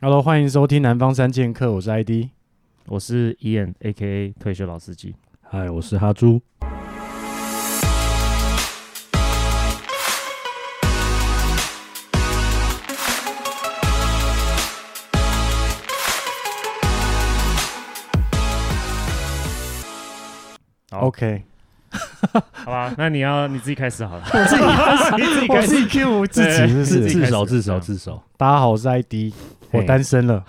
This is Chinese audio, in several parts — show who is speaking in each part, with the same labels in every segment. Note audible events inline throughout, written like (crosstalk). Speaker 1: Hello，欢迎收听《南方三剑客》，我是 ID。
Speaker 2: 我是 Ian A K A 退休老司机。
Speaker 3: 嗨，哎我是哈猪。
Speaker 2: 好
Speaker 1: OK，
Speaker 2: 好吧，那你要你自己开始好 (laughs) 了。
Speaker 1: 我自己，
Speaker 2: 你自己
Speaker 1: 我
Speaker 2: 开始
Speaker 1: 自己 Q 自己，是
Speaker 2: 对
Speaker 1: 不
Speaker 2: 自
Speaker 1: 是？
Speaker 2: 己
Speaker 3: 至
Speaker 2: 开始
Speaker 3: 少
Speaker 2: 了
Speaker 3: 至少
Speaker 2: 嗯
Speaker 3: 至少，
Speaker 1: 大家好，我是 ID，我
Speaker 2: 嘿
Speaker 1: 单身
Speaker 3: (laughs)
Speaker 1: 了，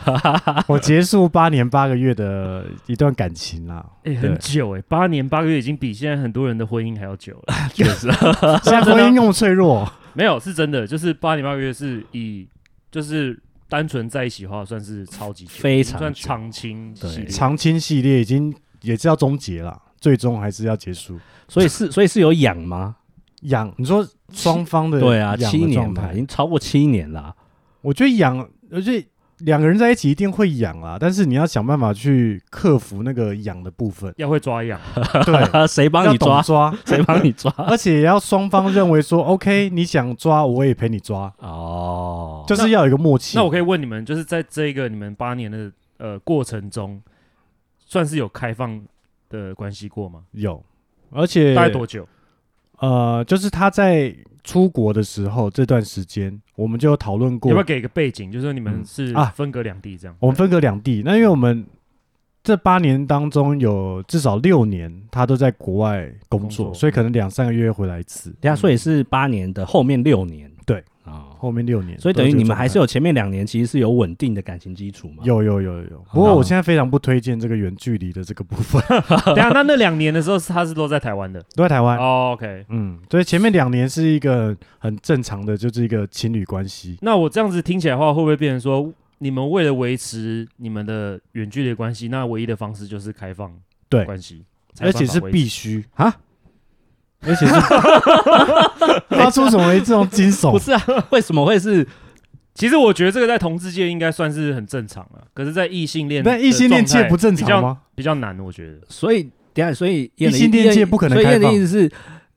Speaker 1: 我结束八年八个月的一段感情
Speaker 3: (laughs)
Speaker 1: 啦。
Speaker 2: 哎、
Speaker 3: 对
Speaker 2: 很久哎、八年八个月已经比现在很多人的婚姻还要久 (laughs) 了。
Speaker 3: 确实啊，
Speaker 1: 现在婚姻那么脆弱，
Speaker 2: 没有，是真的，就是八年八个月是以就是单纯在一起的话，算是超级久，
Speaker 3: 非常
Speaker 2: 已经算
Speaker 3: 久
Speaker 2: 长青
Speaker 3: 对
Speaker 2: 系
Speaker 1: (laughs)
Speaker 2: 列。
Speaker 1: 长青系列已经也是要终结了，最终还是要结束。
Speaker 3: 所以是所以是有
Speaker 1: (laughs)
Speaker 3: 养吗？
Speaker 1: 养，你说双方的
Speaker 3: 对啊，
Speaker 1: 养的
Speaker 3: 七年
Speaker 1: 状
Speaker 3: 嘛，
Speaker 1: 态
Speaker 3: 已经超过七年 (laughs) 啦。
Speaker 1: 我觉得养，而且两个人在一起一定会痒啦，但是你要想办法去克服那个痒的部
Speaker 3: (laughs)
Speaker 1: 分
Speaker 2: 要会抓痒，
Speaker 1: 对，
Speaker 3: 啊谁帮
Speaker 1: 要
Speaker 3: 你
Speaker 1: 懂
Speaker 3: 抓？
Speaker 1: 抓，
Speaker 3: 谁帮
Speaker 1: (laughs)
Speaker 3: 你抓？
Speaker 1: 而且也要双方认为说，OK，你想抓我也陪你抓，
Speaker 3: 哦，
Speaker 1: 就是要有一个默契。
Speaker 2: 那我可以问你们，就是在这个你们八年的呃过程中，算是有开放的关系过吗？
Speaker 1: 有，而且
Speaker 2: 大概多久？
Speaker 1: 呃，就是他在出国的时候这段时间，我们就有讨论
Speaker 2: 要不要
Speaker 1: 过，
Speaker 2: 给一个背景？就是你们
Speaker 3: 嗯
Speaker 2: 是
Speaker 1: 啊
Speaker 2: 分隔两地这样？
Speaker 1: 我们
Speaker 2: (laughs)
Speaker 1: 分隔两地。那因为我们这八年当中有至少六年，他都在国外工
Speaker 2: 工
Speaker 1: 作，
Speaker 2: 作
Speaker 1: 所以可能两三个月回来一次。
Speaker 3: 等下，啊所以是八年的后面六年。
Speaker 1: 对
Speaker 3: 啊，
Speaker 1: 后面六年，
Speaker 3: 所以等于你们还是
Speaker 1: 有
Speaker 3: 有前面两年其实是有稳定的感情基础嘛。
Speaker 1: 有有有有有。不过我现在非常不推荐这个远距离的这个部分，
Speaker 2: 等一下，啊那那两年的时候，是他是都在台湾
Speaker 1: (laughs)
Speaker 2: 的。
Speaker 1: 都在台湾。
Speaker 2: 哦、o k
Speaker 1: 嗯，所以前面两年是一个很正常的，就是一个情侣关系。
Speaker 2: 那我这样子听起来的话，会不会变成说，你们为了维持你们的远距离关系，那唯一的方式就是开放
Speaker 1: 对
Speaker 2: 关系，才
Speaker 1: 而
Speaker 2: 有办法
Speaker 1: 且是
Speaker 2: 维持
Speaker 1: 必须啊，而 (laughs) 且是发出什么这种惊
Speaker 3: 不
Speaker 1: 悚？
Speaker 3: 是啊，为什么会是？
Speaker 2: 其实我觉得这个在同志界应该算是很正常了，可是，在异性恋的
Speaker 1: 那异性恋界不正常
Speaker 2: 状态
Speaker 1: 吗？
Speaker 2: 比较？比较难，我觉得。
Speaker 3: 所以等下，所以燕的
Speaker 1: 异性恋界
Speaker 3: 燕
Speaker 1: 不可能
Speaker 3: 所以
Speaker 1: 开
Speaker 3: 燕的
Speaker 1: 放
Speaker 3: 意思是，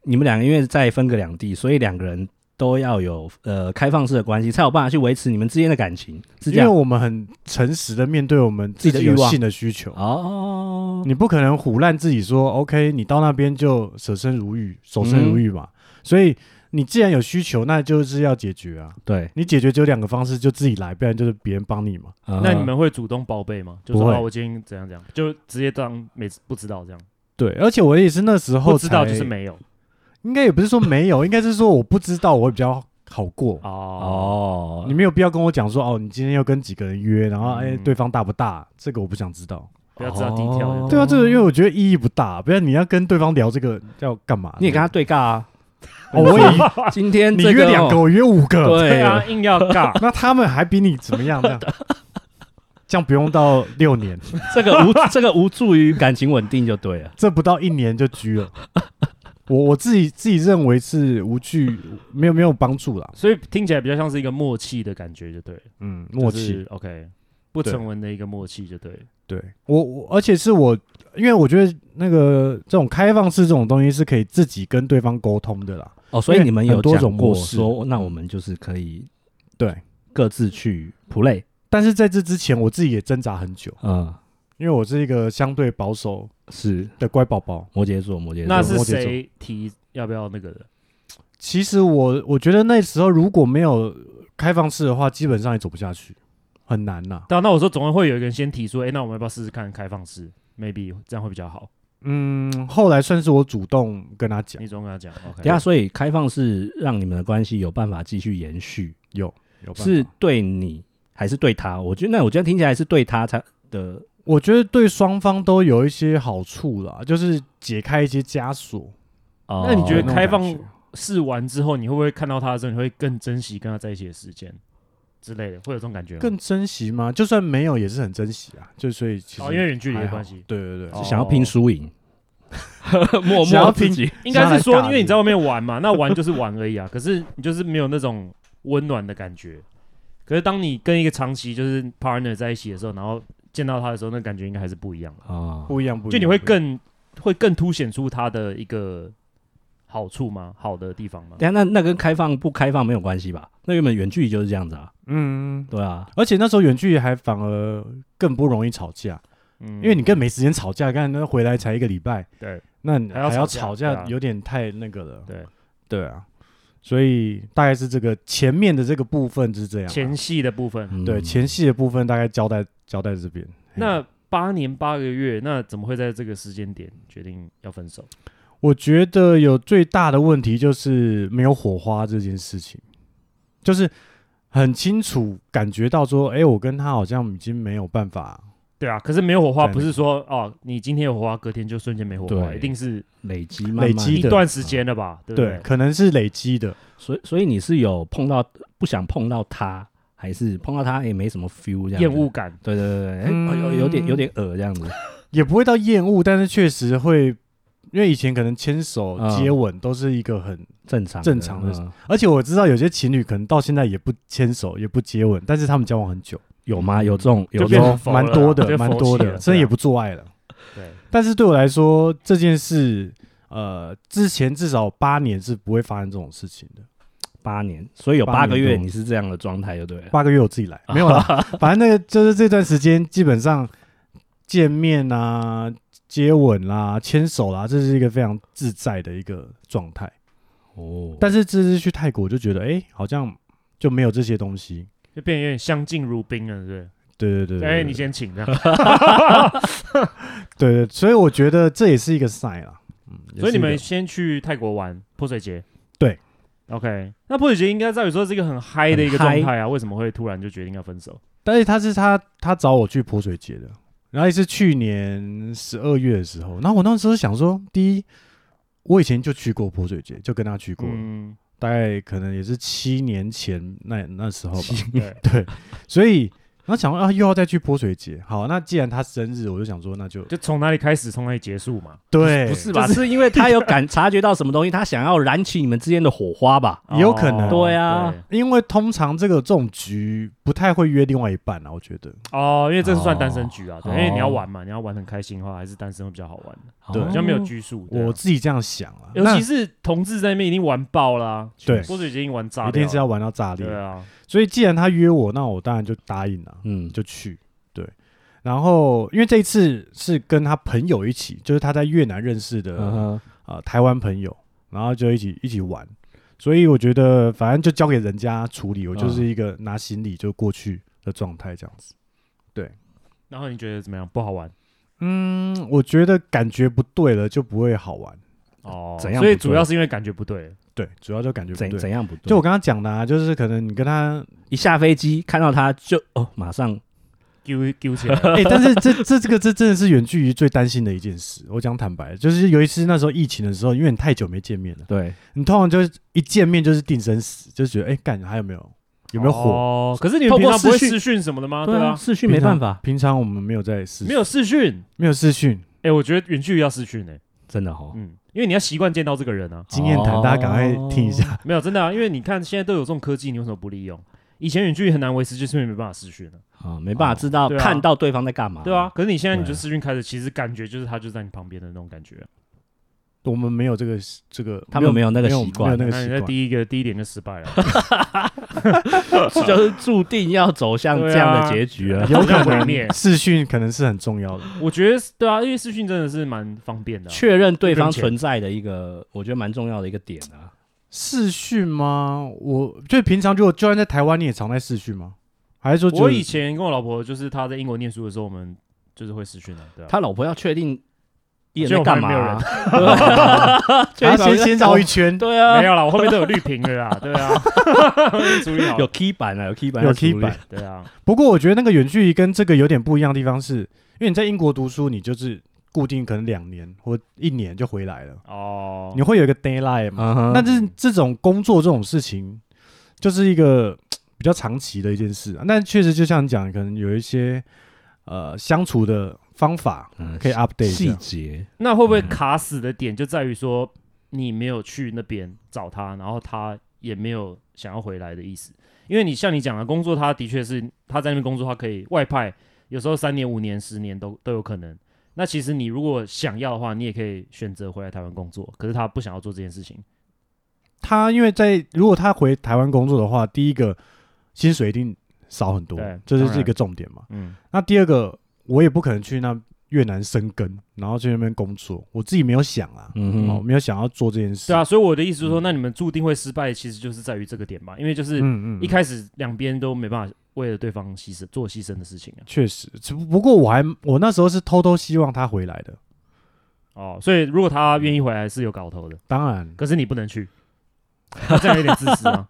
Speaker 3: 你们两个因为在分隔两地，所以两个人都要有呃开放式的关系，才有办法去维持你们之间的感情，是这
Speaker 1: 因为
Speaker 3: 样。
Speaker 1: 我们很诚实的面对我们自
Speaker 3: 自
Speaker 1: 己
Speaker 3: 己的
Speaker 1: 有
Speaker 3: 欲望
Speaker 1: 性的需求，
Speaker 3: 哦，
Speaker 1: 你不可能唬烂自己说 OK，你到那边就舍身如玉，守身如玉嘛。所以你既然有需求，那就是要解决啊。
Speaker 3: 对，
Speaker 1: 你解决只有两个方式，就自己来，不然就是别人帮你嘛。
Speaker 3: 啊
Speaker 2: 那你们会主动报备吗？就
Speaker 1: 嗯
Speaker 2: 说
Speaker 1: 不会
Speaker 2: 啊，我今天怎样怎样，就直接当每次不知道这样，
Speaker 1: 对，而且我也是那时候
Speaker 2: 不知道
Speaker 1: 才
Speaker 2: 就是没有
Speaker 1: 应该也不是说没有，应该是说我不知道，我会比较好过。
Speaker 2: 哦。
Speaker 3: 哦，
Speaker 1: 你没有必要跟我讲说哦，你今天要跟几个人约，然后哎、
Speaker 2: 嗯
Speaker 1: 对方大不大？这个我不想知道。
Speaker 2: 不要知道低调就
Speaker 3: 哦
Speaker 1: 对啊，这个因为我觉得意义不大。不然你要跟对方聊这个要干嘛？
Speaker 3: 你也跟他对尬啊。
Speaker 1: 哦，
Speaker 3: (laughs)
Speaker 1: 我也
Speaker 3: 今天
Speaker 1: 你
Speaker 3: 这
Speaker 1: 约
Speaker 3: 哦
Speaker 1: 两个， (laughs) 我约五个，，
Speaker 3: 对
Speaker 2: 对啊，硬要尬
Speaker 1: 那他们还比你怎么样？
Speaker 3: (laughs)
Speaker 1: 这样这样不用到六年，
Speaker 3: 这个无这个无助于感情稳定就对了。
Speaker 1: 这不到一年就拘了。我我自己自己认为是无惧，没有没有帮助啦。
Speaker 2: 所以听起来比较像是一个默契的感觉，就对了。
Speaker 1: 嗯，默
Speaker 2: 就
Speaker 1: 契。
Speaker 2: 是 OK，不
Speaker 1: 对
Speaker 2: 成文的一个默契就对了。
Speaker 1: 对我，我而且是我，因为我觉得那个这种开放式这种东西是可以自己跟对方沟通的啦。
Speaker 3: 哦，所以你们有
Speaker 1: 因为很多
Speaker 3: 讲
Speaker 1: 种
Speaker 3: 过
Speaker 1: 模式
Speaker 3: 说，那我们就是可以
Speaker 1: 对，
Speaker 3: 各自去 play，
Speaker 1: 但是在这之前，我自己也挣扎很久，
Speaker 3: 嗯，
Speaker 1: 因为我是一个相对保守
Speaker 3: 是
Speaker 1: 的乖宝宝。
Speaker 3: 摩羯座，摩羯座，
Speaker 2: 那是
Speaker 1: 摩羯座
Speaker 2: 谁提要不要那个的？
Speaker 1: 其实我我觉得那时候如果没有开放式的话，基本上也走不下去，很难呐、
Speaker 2: 对啊，那我说总会有一个人先提出，哎，那我们要不要试试看开放式？maybe 这样会比较好。
Speaker 1: 嗯，后来算是我主动跟他讲，
Speaker 2: 你总跟他讲，OK？
Speaker 3: 等下，所以开放是让你们的关系有办法继续延续，
Speaker 1: 有有办法
Speaker 3: 是对你还是对他？我觉得那我觉得听起来是对他才的
Speaker 1: 我觉得对双方都有一些好处啦，就是解开一些枷锁。
Speaker 3: 哦。
Speaker 2: 那你觉
Speaker 1: 那
Speaker 2: 得
Speaker 1: 种
Speaker 2: 开
Speaker 1: 感
Speaker 2: 放
Speaker 1: 觉
Speaker 2: 试完之后，你会不会看到他的时候，你会更珍惜跟他在一起的时间之类的？会有这种感觉吗？
Speaker 1: 更珍惜吗？就算没有也是很珍惜啊，就所以其实
Speaker 2: 哦，因为远距离
Speaker 1: 还
Speaker 2: 的
Speaker 1: 好
Speaker 2: 关系，
Speaker 1: 对对对，
Speaker 2: 哦
Speaker 3: 想要拼输赢？ (laughs) 默
Speaker 1: 想要
Speaker 3: 默
Speaker 1: 拼
Speaker 3: 自己
Speaker 2: 应该是
Speaker 1: 想要
Speaker 2: 说，
Speaker 1: 来尬
Speaker 2: 因为你在外面玩嘛，那玩就是玩而已啊。可是你就是没有那种温暖的感觉。可是当你跟一个长期就是 partner 在一起的时候，然后见到他的时候，那感觉应该还是不一样的。
Speaker 3: 啊，
Speaker 1: 不一样，不一样，
Speaker 2: 就你会
Speaker 1: 不一样
Speaker 2: 更会更凸显出他的一个好处吗？好的地方吗？
Speaker 3: 等一下那那跟开放不开放没有关系吧？那原本远距离就是这样子啊，
Speaker 1: 嗯，
Speaker 3: 对啊，
Speaker 1: 而且那时候远距离还反而更不容易吵架，
Speaker 2: 嗯
Speaker 1: 因为你更没时间吵架，干那回来才一个礼拜，
Speaker 2: 对
Speaker 1: 那你
Speaker 2: 还要
Speaker 1: 还要
Speaker 2: 吵
Speaker 1: 吵
Speaker 2: 架
Speaker 1: 架
Speaker 2: 对啊
Speaker 1: 有点太那个了，
Speaker 2: 对
Speaker 1: 对啊，所以大概是这个前面的这个部分是这样啊，
Speaker 2: 前戏的部分。
Speaker 3: 嗯
Speaker 1: 对前戏的部分大概交代交代这边。
Speaker 2: 那八年八个月，那怎么会在这个时间点决定要分手？
Speaker 1: 我觉得有最大的问题就是没有火花这件事情，就是很清楚感觉到说，哎、我跟他好像已经没有办法，
Speaker 2: 对啊，可是没有火花，
Speaker 1: 在那
Speaker 2: 不是说哦，你今天有火花，隔天就瞬间没火花，
Speaker 3: 对
Speaker 2: 一定是
Speaker 3: 累积慢慢
Speaker 1: 累积
Speaker 2: 一
Speaker 1: 的嗯
Speaker 2: 段时间了吧？对不
Speaker 1: 对，可能是累积的。
Speaker 3: 所以所以你是有碰到不想碰到他，还是碰到他也没什么 feel 这样？
Speaker 2: 厌恶？感，
Speaker 3: 对对对对，哎、
Speaker 1: 嗯
Speaker 3: 有有点有点恶这样子。
Speaker 1: 也不会到厌恶，但是确实会，因为以前可能牵手、
Speaker 3: 嗯
Speaker 1: 接吻都是一个很，
Speaker 3: 正
Speaker 1: (laughs)
Speaker 3: 常
Speaker 1: 正常的
Speaker 3: 嗯
Speaker 1: 而且我知道有些情侣可能到现在也不牵手，也不接吻，但是他们交往很久，
Speaker 3: 有吗？有这种有
Speaker 2: 就
Speaker 3: 这
Speaker 2: 变
Speaker 3: 种
Speaker 2: 成
Speaker 1: 有
Speaker 2: 佛
Speaker 1: 蛮
Speaker 2: 了
Speaker 1: 多
Speaker 2: 啦
Speaker 1: 的，
Speaker 2: 就
Speaker 1: 蛮
Speaker 2: 佛
Speaker 1: 多
Speaker 2: 系
Speaker 1: 的，甚
Speaker 2: 了
Speaker 1: 至
Speaker 2: 对
Speaker 1: 也
Speaker 2: 啊
Speaker 1: 不做爱了。
Speaker 2: 对，
Speaker 1: 但是对我来说，这件事，呃，之前至少八年是不会发生这种事情的。
Speaker 3: 八年，所以有
Speaker 1: 八年
Speaker 3: 八个月
Speaker 1: 多
Speaker 3: 你是这样的状态，就对了。
Speaker 1: 八个月我自己来，没有啦。 (laughs) 反正那个就是这段时间，基本上见面啊、接吻啦、牵手啦、这是一个非常自在的一个状态。
Speaker 3: 哦，
Speaker 1: 但是这次去泰国就觉得，哎、好像就没有这些东西。
Speaker 2: 就变得有点相敬如宾了，对
Speaker 1: 对对对对
Speaker 2: 不对？
Speaker 1: 对
Speaker 2: 哎，你先请的，
Speaker 1: 对对，所以我觉得这也是一个 sign 啦。嗯， (laughs) 也
Speaker 2: 所以
Speaker 1: 是
Speaker 2: 你
Speaker 1: 一个
Speaker 2: 们先去泰国玩泼水节，
Speaker 1: 对
Speaker 2: ，OK。那泼水节应该照理说是一个很嗨的一个
Speaker 3: 很
Speaker 2: 状
Speaker 3: 嗨
Speaker 2: 态啊，为什么会突然就决定要分手？
Speaker 1: 但是他是他他找我去泼水节的，然后也是去年十二月的时候，然后我那时候想说，第一，我以前就去过泼水节，就跟他去过，
Speaker 2: 嗯，
Speaker 1: 大概可能也是七年前那那时候吧，
Speaker 2: 对，
Speaker 1: (laughs) 对，所以然后想说啊又要再去泼水节，好，那既然他生日，我就想说那就
Speaker 2: 就从哪里开始，从哪里结束嘛。
Speaker 1: 对，
Speaker 3: 不是吧？
Speaker 1: 就是
Speaker 3: 因
Speaker 2: (laughs)
Speaker 3: 为他有感 (laughs) 察觉到什么东西，他想要燃起你们之间的火花吧？
Speaker 1: 也有可
Speaker 2: 哦
Speaker 1: 能
Speaker 3: 对啊
Speaker 1: 因为通常这个这种局不太会约另外一半啊，我觉得，
Speaker 2: 对，哦，因为这是算单身局啊，对，
Speaker 3: 哦
Speaker 2: 因为你要玩嘛，你要玩很开心的话，还是单身会比较好玩，
Speaker 1: 对
Speaker 2: 比较没有拘束。对啊
Speaker 1: 我自己这样想啊，
Speaker 2: 尤
Speaker 1: 那
Speaker 2: 其是同志在那边已经玩爆啦、
Speaker 1: 对
Speaker 2: 泼水节已经玩炸
Speaker 1: 一定
Speaker 2: 掉
Speaker 1: 是
Speaker 2: 了，
Speaker 1: 要玩到炸裂
Speaker 2: 对，啊，
Speaker 1: 所以既然他约我，那我当然就答应了、
Speaker 3: 嗯，
Speaker 1: 就去。对，然后因为这一次是跟他朋友一起，就是他在越南认识的、
Speaker 3: 嗯哼
Speaker 1: 呃台湾朋友，然后就一起一起玩。所以我觉得反正就交给人家处理，我
Speaker 3: 嗯
Speaker 1: 就是一个拿行李就过去的状态这样子。
Speaker 2: 然后你觉得怎么样？不好玩
Speaker 1: 嗯，我觉得感觉不对了就不会好玩。
Speaker 2: 哦，
Speaker 3: 怎样
Speaker 2: 所以
Speaker 3: 不对
Speaker 2: 主要是因为感觉不对，
Speaker 1: 对，主要就感觉
Speaker 3: 怎
Speaker 1: 不
Speaker 3: 怎
Speaker 1: 对。
Speaker 3: 样不对？
Speaker 1: 就我刚刚讲的啊，就是可能你跟
Speaker 3: (laughs)
Speaker 1: 他，
Speaker 3: 一下飞机看到他就哦，马上
Speaker 2: 丢丢
Speaker 3: (laughs)
Speaker 2: 起来
Speaker 1: 哎、但是这这这个这真的是远距离最担心的一件事。我讲坦白，就是有一次那时候疫情的时候，因为你太久没见面了。
Speaker 3: 对
Speaker 1: 你通常就是一见面就是定生死，就觉得哎，干、还有没有有没有火？
Speaker 2: 哦，可是你们
Speaker 3: 透
Speaker 2: 平
Speaker 3: 过
Speaker 2: 常不会
Speaker 3: 视讯
Speaker 2: 视讯什么的吗？对
Speaker 3: 啊，
Speaker 2: 啊，
Speaker 3: 视讯没办法，
Speaker 1: 平常我们没有在试，
Speaker 2: 没有视讯。
Speaker 1: 没有试训，
Speaker 2: 哎、我觉得远距离要视讯哎、
Speaker 3: 真的哦。
Speaker 2: 嗯，因为你要习惯见到这个
Speaker 3: (laughs)
Speaker 2: 人啊。
Speaker 1: 经验谈，
Speaker 3: 哦
Speaker 1: 大家赶快听一下。
Speaker 2: 没有真的啊，因为你看现在都有这种科技，你为什么不利用？以前远距离很难维持，就是因为没办法视讯啊。
Speaker 3: 啊，没办法知道
Speaker 2: 对啊
Speaker 3: 看到对方在干嘛。
Speaker 2: 对啊，，可是你现在你就
Speaker 3: 对啊
Speaker 2: 视讯开始，其实感觉就是他就在你旁边的那种感觉啊、
Speaker 1: 我们没有这个这个，
Speaker 3: 他们没有那个习
Speaker 1: 没
Speaker 3: 惯
Speaker 1: 有没有那
Speaker 2: 那
Speaker 1: 个
Speaker 2: 你
Speaker 1: 习
Speaker 2: 在
Speaker 1: 惯。
Speaker 2: 第一个第一点就失败了。
Speaker 3: (laughs) 就是注定要走向
Speaker 2: 对啊
Speaker 3: 这样的结局了。
Speaker 1: 有
Speaker 2: (laughs)
Speaker 1: 可
Speaker 2: 好像毁灭
Speaker 1: 能视讯可能是很重要的，
Speaker 2: 我觉得是对啊，因为视讯真的是蛮方便的啊、
Speaker 3: (laughs) 确认对方
Speaker 2: 并且
Speaker 3: 存在的一个，我觉得蛮重要的一个点啊。
Speaker 1: 视讯吗？我就平常就就算在台湾，你也常在视讯吗？还是说
Speaker 2: 我
Speaker 1: 就
Speaker 2: 以前跟我老婆就是她在英国念书的时候，我们就是会视讯的、对啊。
Speaker 3: 他老婆要确定艺人
Speaker 2: 就
Speaker 3: 在
Speaker 2: 我
Speaker 3: 干
Speaker 2: 旁
Speaker 3: 嘛
Speaker 2: 边
Speaker 3: 啊？ (laughs)
Speaker 1: (laughs)
Speaker 3: 确
Speaker 1: 然
Speaker 3: 定
Speaker 1: 后先先绕一圈，
Speaker 3: 对啊
Speaker 2: 没，有啦，我后面都有绿屏了啦，对啊， (laughs) 处理好
Speaker 3: 有 key 版啊，有 key 版，
Speaker 1: 有 key 版。
Speaker 2: 对啊，
Speaker 1: 不过我觉得那个远距离跟这个有点不一样的地方是，因为你在英国读书，你就是固定可能两年或一年就回来了。
Speaker 2: 哦，
Speaker 1: 你会有一个 d a y l i g h t 嘛？
Speaker 3: 嗯哼，
Speaker 1: 那这这种工作这种事情，就是一个比较长期的一件事、啊。但确实就像你讲，可能有一些呃相处的方法
Speaker 3: 嗯
Speaker 1: 可以 update 一
Speaker 3: 细
Speaker 1: 下。
Speaker 3: 节
Speaker 2: 那会不会卡死的点就在于说你没有去那边找他，然后他也没有想要回来的意思？因为你像你讲的，工作他的确是他在那边工作，他可以外派，有时候三年、五年、十年都都有可能。那其实你如果想要的话，你也可以选择回来台湾工作，可是他不想要做这件事情。
Speaker 1: 他因为在如果他回台湾工作的话，第一个薪水一定少很多
Speaker 2: 对，
Speaker 1: 这就
Speaker 2: 当
Speaker 1: 是一
Speaker 2: 然
Speaker 1: 个重点嘛。
Speaker 2: 嗯，
Speaker 1: 那第二个，我也不可能去那越南生根，然后去那边工作，我自己没有想啊，
Speaker 3: 嗯
Speaker 1: 哦，
Speaker 3: 哼，
Speaker 1: 没有想要做这件事。
Speaker 2: 对啊，，所以我的意思是说，那你们注定会失败，其实就是在于这个点嘛，因为就是
Speaker 1: 嗯
Speaker 2: 一开始两边都没办法为了对方牺牲做牺牲的事情啊。
Speaker 1: 确实，只不不过我还我那时候是偷偷希望他回来的，
Speaker 2: 哦，所以如果他愿意回来是有搞头的，
Speaker 1: 当然，
Speaker 2: 可是你不能去，那这样有点自私啊。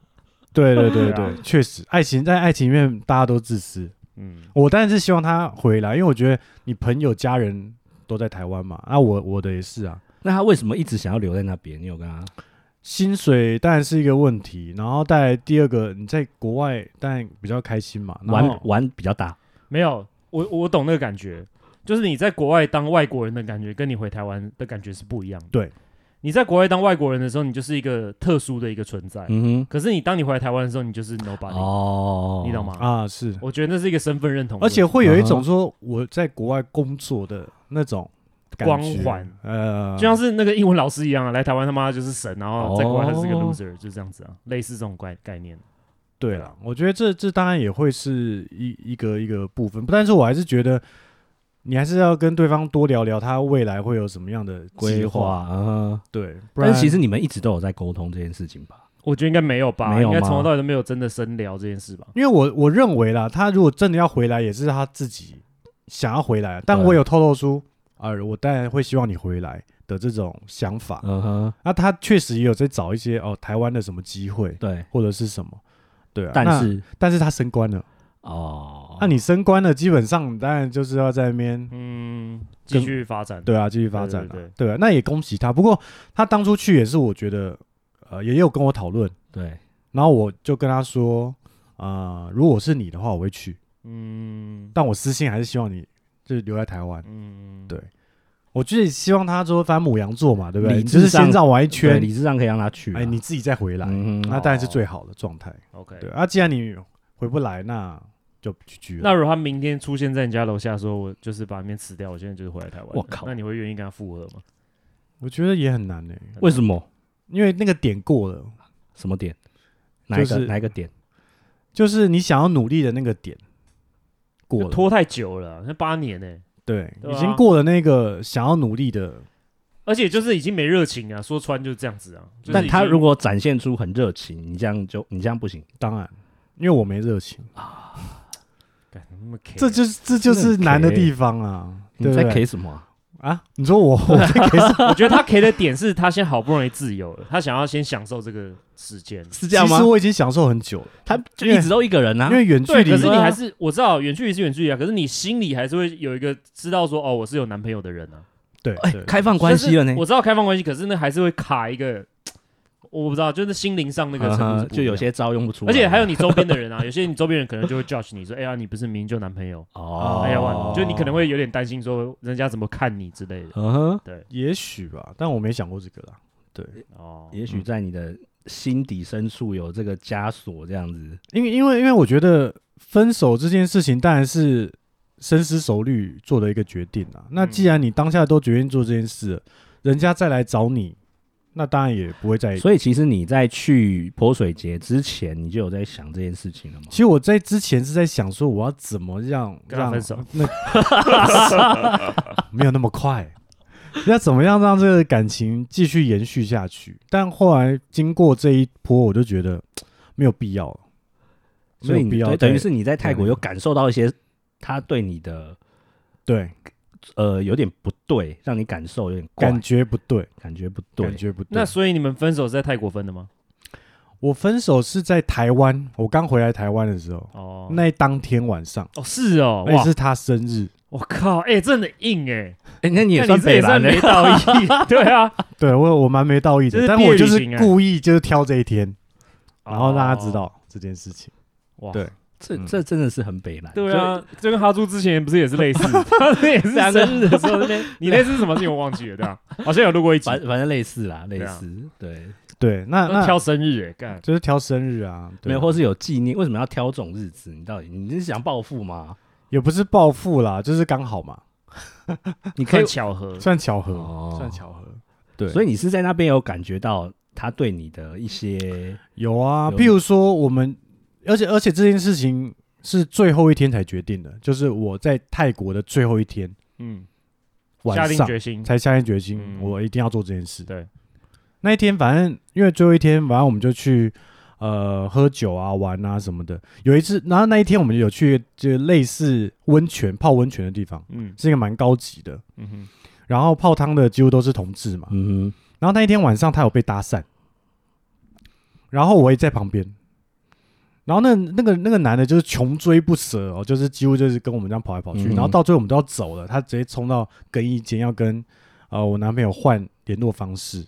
Speaker 1: 对对
Speaker 2: (laughs)
Speaker 1: 对
Speaker 2: 对啊
Speaker 1: 对，确实，爱情在爱情里面大家都自私，
Speaker 2: 嗯，
Speaker 1: 我当然是希望他回来，因为我觉得你朋友家人都在台湾嘛，啊我我的也是啊，
Speaker 3: 那他为什么一直想要留在那边？你有跟他？
Speaker 1: 薪水当然是一个问题，然后带来第二个你在国外当然比较开心嘛，然后
Speaker 3: 玩玩比较大，
Speaker 2: 没有，我我懂那个感觉，就是你在国外当外国人的感觉，跟你回台湾的感觉是不一样的。
Speaker 1: 对，
Speaker 2: 你在国外当外国人的时候，你就是一个特殊的一个存在。
Speaker 3: 嗯
Speaker 2: 可是你当你回来台湾的时候，你就是 nobody，、
Speaker 3: 哼，哦，
Speaker 2: 你懂？吗？
Speaker 1: 啊是，
Speaker 2: 我觉得那是一个身份认同的
Speaker 1: 而
Speaker 2: 问题，
Speaker 1: 且会有一种说我在国外工作的那种感觉
Speaker 2: 光环，
Speaker 1: 呃，
Speaker 2: 就像是那个英文老师一样啊，来台湾他妈就是神，然后在国外他是个
Speaker 3: 哦
Speaker 2: loser，、就这样子啊，类似这种概概念。
Speaker 1: 对
Speaker 2: 对
Speaker 1: 了
Speaker 2: 啊，
Speaker 1: 我觉得这这当然也会是一一个一个部分，但是我还是觉得你还是要跟对方多聊聊，他未来会有什么样的计
Speaker 3: 规
Speaker 1: 划，
Speaker 3: 划，嗯哼，
Speaker 1: 对，不然
Speaker 3: 但是其实你们一直都有在沟通这件事情吧？
Speaker 2: 我觉得应该没有吧，
Speaker 3: 没有
Speaker 2: 应该
Speaker 3: 吗
Speaker 2: 从头到尾都没有真的深聊这件事吧。
Speaker 1: 因为我我认为啦，他如果真的要回来，也是他自己想要回来，啊但
Speaker 3: 对
Speaker 1: 我有透露出，啊，我当然会希望你回来的这种想法。
Speaker 3: 嗯哼，
Speaker 1: 那、他确实也有在找一些哦台湾的什么机会
Speaker 3: 对，
Speaker 1: 或者是什么，对啊，
Speaker 3: 但
Speaker 1: 那
Speaker 3: 是
Speaker 1: 但是他升官了，
Speaker 3: 哦，
Speaker 1: 那、你升官了，基本上当然就是要在那边
Speaker 2: 嗯，继续发展。
Speaker 1: 对啊，继续发展、啊，
Speaker 2: 对对对
Speaker 1: 对啊，那也恭喜他。不过他当初去也是，我觉得呃也有跟我讨论，
Speaker 3: 对，
Speaker 1: 然后我就跟他说，啊、如果是你的话，我会去，
Speaker 2: 嗯
Speaker 1: 但我私心还是希望你就是留在台湾。
Speaker 2: 嗯，
Speaker 1: 对我就是希望他说，反正母羊座嘛，对不对？
Speaker 3: 理
Speaker 1: 你
Speaker 3: 智
Speaker 1: 就是
Speaker 3: 上
Speaker 1: 先绕完一
Speaker 3: 对
Speaker 1: 圈，
Speaker 3: 理智上可以让他去啊，
Speaker 1: 哎，你自己再回来，
Speaker 3: 嗯
Speaker 1: 那
Speaker 3: 哼，
Speaker 1: 当然是最好的状态。
Speaker 2: ，OK。
Speaker 1: 对啊，既然你回不来，那就去去了。
Speaker 2: 那如果他明天出现在你家楼下，说我就是把里面吃掉，我现在就是回来台湾了，
Speaker 3: 我靠
Speaker 2: 那你会愿意跟他复合吗？
Speaker 1: 我觉得也很难呢、
Speaker 3: 为什么？
Speaker 1: 因为那个点过了，
Speaker 3: 什么点？哪一
Speaker 1: 就
Speaker 3: 个
Speaker 1: 是
Speaker 3: 哪一个点？
Speaker 1: 就是你想要努力的那个点过
Speaker 2: 就
Speaker 1: 了，
Speaker 2: 拖太久了，啊那八年呢、
Speaker 1: 对，
Speaker 2: 对
Speaker 1: 已
Speaker 2: 啊
Speaker 1: 经过了那个想要努力的，
Speaker 2: 而且就是已经没热情啊，说穿就是这样子啊。就是
Speaker 3: 但
Speaker 2: 已
Speaker 3: 他
Speaker 2: 经
Speaker 3: 如果展现出很热情，你这样就你这样不行。
Speaker 1: 当然，因为我没热情，
Speaker 2: 干那么 care
Speaker 1: 这就是这就是
Speaker 3: 真的
Speaker 1: 难的
Speaker 3: K
Speaker 1: 地方啊，
Speaker 3: 你
Speaker 1: 对
Speaker 3: 在
Speaker 1: 不对？
Speaker 3: K 什么啊？
Speaker 1: 啊，你说我我在 K 什么？
Speaker 2: 我觉得他 K 的点是他现在好不容易自由了，他想要先享受这个时间。
Speaker 3: 是这样
Speaker 1: 其
Speaker 3: 吗
Speaker 1: 实？我已经享受很久了，
Speaker 3: 他就一直都一个人啊
Speaker 1: 因。为远距
Speaker 2: 对，
Speaker 1: 离，
Speaker 2: 可是你
Speaker 1: 对啊
Speaker 2: 还是我知道远距离是远距离啊，可是你心里还是会有一个知道说哦，我是有男朋友的人啊。
Speaker 1: 对
Speaker 3: 哎
Speaker 1: 对，
Speaker 3: 开放关系了呢
Speaker 2: 但是。我知道开放关系，可是那还是会卡一个，我不知道，就是心灵上那个程度
Speaker 3: 嗯
Speaker 2: 是
Speaker 3: 哼
Speaker 2: 不一样
Speaker 3: 就有，些招用不出来，
Speaker 2: 而
Speaker 3: 啊
Speaker 2: 且还有你周边的人啊，有些你周边人可能就会 judge 你说，哎呀，你不是明明就男朋友，
Speaker 3: 哦，
Speaker 2: 哎呀，哇就你可能会有点担心说人家怎么看你之类的。
Speaker 3: 嗯哼，
Speaker 1: 也许吧，但我没想过这个啦。对，
Speaker 2: 哦，
Speaker 3: 也许在你的心底深处有这个枷锁，这样子。
Speaker 1: 因为因为因为我觉得分手这件事情当然是深思熟虑做的一个决定啊。那既然你当下都决定做这件事了，人家再来找你，那当然也不会再
Speaker 3: 所以其实你在去泼水节之前，你就有在想这件事情了吗
Speaker 1: 其？实我在之前是在想说，我要怎么让
Speaker 2: 跟他
Speaker 1: 让
Speaker 2: 分手，
Speaker 1: 那 (laughs) 没有那么快，要怎么样让这个感情继续延续下去？但后来经过这一波，我就觉得没有必要了，
Speaker 3: 所
Speaker 1: 没
Speaker 3: 以
Speaker 1: 有必
Speaker 3: 你
Speaker 1: 要
Speaker 3: 对
Speaker 1: 再
Speaker 3: 等于是你在泰国
Speaker 1: 对
Speaker 3: 有感受到一些他对你的
Speaker 1: 对
Speaker 3: 呃有点不对，让你感受有点怪
Speaker 1: 感觉不对，
Speaker 3: 感觉不对
Speaker 1: 感。觉不对。
Speaker 2: 那所以你们分手是在泰国分的吗？
Speaker 1: 我分手是在台湾，我刚回来台湾的时候，
Speaker 2: 哦，
Speaker 1: 那当天晚上，
Speaker 2: 哦是哦，
Speaker 1: 那也
Speaker 2: 哇，
Speaker 1: 是他生日，
Speaker 2: 我靠，哎，真的硬哎，
Speaker 3: 哎，那你
Speaker 2: 那
Speaker 3: 也
Speaker 2: 你
Speaker 3: 算
Speaker 2: 这也
Speaker 3: 北
Speaker 2: 算
Speaker 3: 蓝
Speaker 2: 没
Speaker 3: 嘞？
Speaker 2: 道义，对啊，
Speaker 1: 对我我蛮没道义
Speaker 2: 这
Speaker 1: 的，
Speaker 2: 是
Speaker 1: 但
Speaker 2: 毕业
Speaker 1: 我就
Speaker 2: 旅
Speaker 1: 是
Speaker 2: 行啊
Speaker 1: 故意就是挑这一天，然后让他知
Speaker 2: 哦，
Speaker 1: 道这件事情。
Speaker 2: 哇，
Speaker 1: 对
Speaker 3: 这
Speaker 1: 嗯
Speaker 3: 这真的是很北蓝。
Speaker 2: 对啊，就跟哈猪之前不是也是类似， (laughs) 他那也是
Speaker 3: 两个
Speaker 2: 生日的时候那边， (laughs) 你那次是什么事情我忘记了，对吧？好像有录过一集
Speaker 3: 所以，，反反正类似啦，类
Speaker 2: 对啊
Speaker 3: 似对，
Speaker 1: 对，那
Speaker 2: 都
Speaker 1: 那
Speaker 2: 挑生日哎，干，
Speaker 1: 就是挑生日啊，对
Speaker 3: 没有或是有纪念，为什么要挑这种日子？你到底你是想报复吗？
Speaker 1: 也不是暴富啦，就是刚好嘛。
Speaker 3: 你可以
Speaker 2: 算巧合，
Speaker 1: 算巧合，
Speaker 3: 哦
Speaker 1: 算巧合。对，
Speaker 3: 所以你是在那边有感觉到他对你的一些
Speaker 1: 有啊，
Speaker 3: 有
Speaker 1: 譬如说我们，而且而且这件事情是最后一天才决定的，就是我在泰国的最后一天
Speaker 2: 嗯，下
Speaker 1: 晚
Speaker 2: 定
Speaker 1: 上
Speaker 2: 决心，
Speaker 1: 才下定决心，
Speaker 2: 嗯
Speaker 1: 我一定要做这件事。
Speaker 2: 对，
Speaker 1: 那一天反正因为最后一天，反正我们就去呃喝酒啊、玩啊什么的。有一次，然后那一天我们有去就类似温泉泡温泉的地方，
Speaker 2: 嗯
Speaker 1: 是一个蛮高级的。
Speaker 2: 嗯哼，
Speaker 1: 然后泡汤的几乎都是同志嘛。
Speaker 3: 嗯
Speaker 1: 然后那一天晚上他有被搭讪，然后我也在旁边。然后那那个那个男的就是穷追不舍哦，就是几乎就是跟我们这样跑来跑去。
Speaker 3: 嗯
Speaker 1: 然后到最后我们都要走了，他直接冲到更衣间要跟呃我男朋友换联络方式。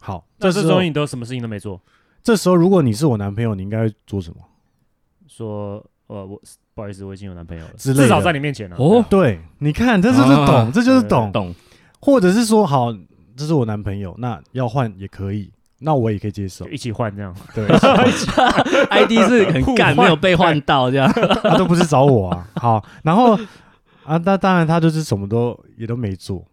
Speaker 1: 好，
Speaker 2: 那
Speaker 1: 时
Speaker 2: 这
Speaker 1: 候
Speaker 2: 周你都什么事情都没做，
Speaker 1: 这时候如果你是我男朋友，你应该会做什么
Speaker 2: 说呃我不好意思，我已经有男朋友了，
Speaker 1: 之类的？
Speaker 2: 至少在你面前了。啊
Speaker 3: 哦
Speaker 1: 对，你看这就是懂，
Speaker 3: 啊
Speaker 1: 这就是
Speaker 2: 对
Speaker 1: 懂
Speaker 3: 哼，。懂
Speaker 1: 或者是说，好，这是我男朋友，那要换也可以，那我也可以接受
Speaker 2: 就。一起换这样，
Speaker 1: 对，
Speaker 3: ，ID (laughs) 是很干，没有被换到这样，
Speaker 1: 他都不是找我 (laughs) 啊。好，然后啊，那当然他就是什么都也都没做。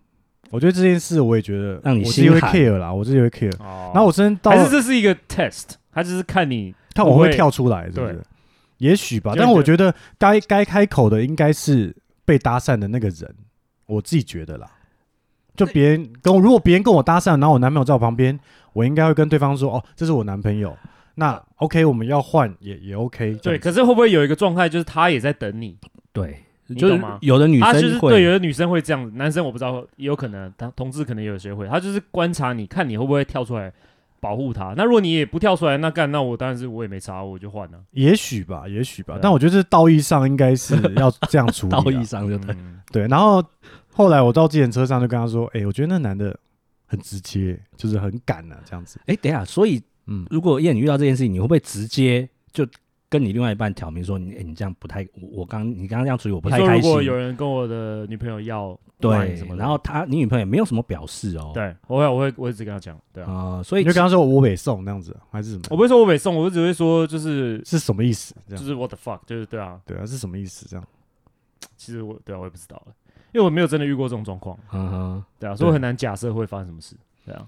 Speaker 1: 我觉得这件事我也觉得，
Speaker 3: 让你
Speaker 1: 我自己会
Speaker 3: 心寒
Speaker 1: care 啦，我自己会 care。
Speaker 2: 哦
Speaker 1: 然后我真的到
Speaker 2: 还是这是一个 test，他只是看你
Speaker 1: 看我
Speaker 2: 不
Speaker 1: 会
Speaker 2: 会
Speaker 1: 跳出来，是不是
Speaker 2: 对？
Speaker 1: 也许吧，
Speaker 2: 就
Speaker 1: 但
Speaker 2: 是
Speaker 1: 我觉
Speaker 2: 觉
Speaker 1: 得该该开口的应该是被搭讪的那个人，我自己觉得啦。就别人跟我，如果别人跟我搭讪，然后我男朋友在我旁边，我应该会跟对方说：“哦，这是我男朋友。那”OK，我们要换也也 OK 这
Speaker 2: 对，
Speaker 1: 样子。
Speaker 2: 可是会不会有一个状态，就是他也在等你？
Speaker 3: 对，
Speaker 2: 你
Speaker 3: 就是
Speaker 2: 懂吗
Speaker 3: 有的女
Speaker 2: 他就是
Speaker 3: 生
Speaker 2: 对，有
Speaker 3: 会，
Speaker 2: 的女生会这样，男生我不知道，也有可能，他同志可能有些会，他就是观察你看你会不会跳出来保护他。那如果你也不跳出来，那干，那我当然是我也没差，我就换了。
Speaker 1: 也许吧，也许吧
Speaker 2: 对。啊
Speaker 1: 但我觉得这道义上应该
Speaker 3: (laughs)
Speaker 1: 是要这样处理啦。啊
Speaker 3: 道义上就对，
Speaker 2: 嗯
Speaker 1: 对，然后后来我到计程车上就跟他说：“哎、我觉得那男的很直接，就是很敢啊，这样子。
Speaker 3: 哎，等一下，所以
Speaker 1: 嗯，
Speaker 3: 如果燕你遇到这件事情，你会不会直接就跟你另外一半挑明说，你诶你这样不太，我我刚你刚刚这样处理我不
Speaker 2: 你
Speaker 3: 太
Speaker 2: 说
Speaker 3: 开
Speaker 2: 如果有
Speaker 3: 心，
Speaker 2: 人跟我的女朋友要
Speaker 3: 对
Speaker 2: line 什么，的
Speaker 3: 然后他你女朋友也没有什么表示哦，
Speaker 2: 对我会我会我会一直跟他讲，对啊，
Speaker 3: 啊，所
Speaker 1: 你
Speaker 3: 以
Speaker 1: 就跟他说我北宋那样子，啊还是什么？
Speaker 2: 我不会说我北宋，我只会说就是
Speaker 1: 是什么意思？这
Speaker 3: 啊
Speaker 1: 样
Speaker 2: 就是 what the fuck，就是对啊，
Speaker 1: 对啊，是什么意思？这样
Speaker 3: 哦
Speaker 2: 其实我对啊我也不知道了，因为我没有真的遇过这种状况，
Speaker 3: 嗯哼，
Speaker 2: 对啊，所以我很难假设会发生什么事，对啊，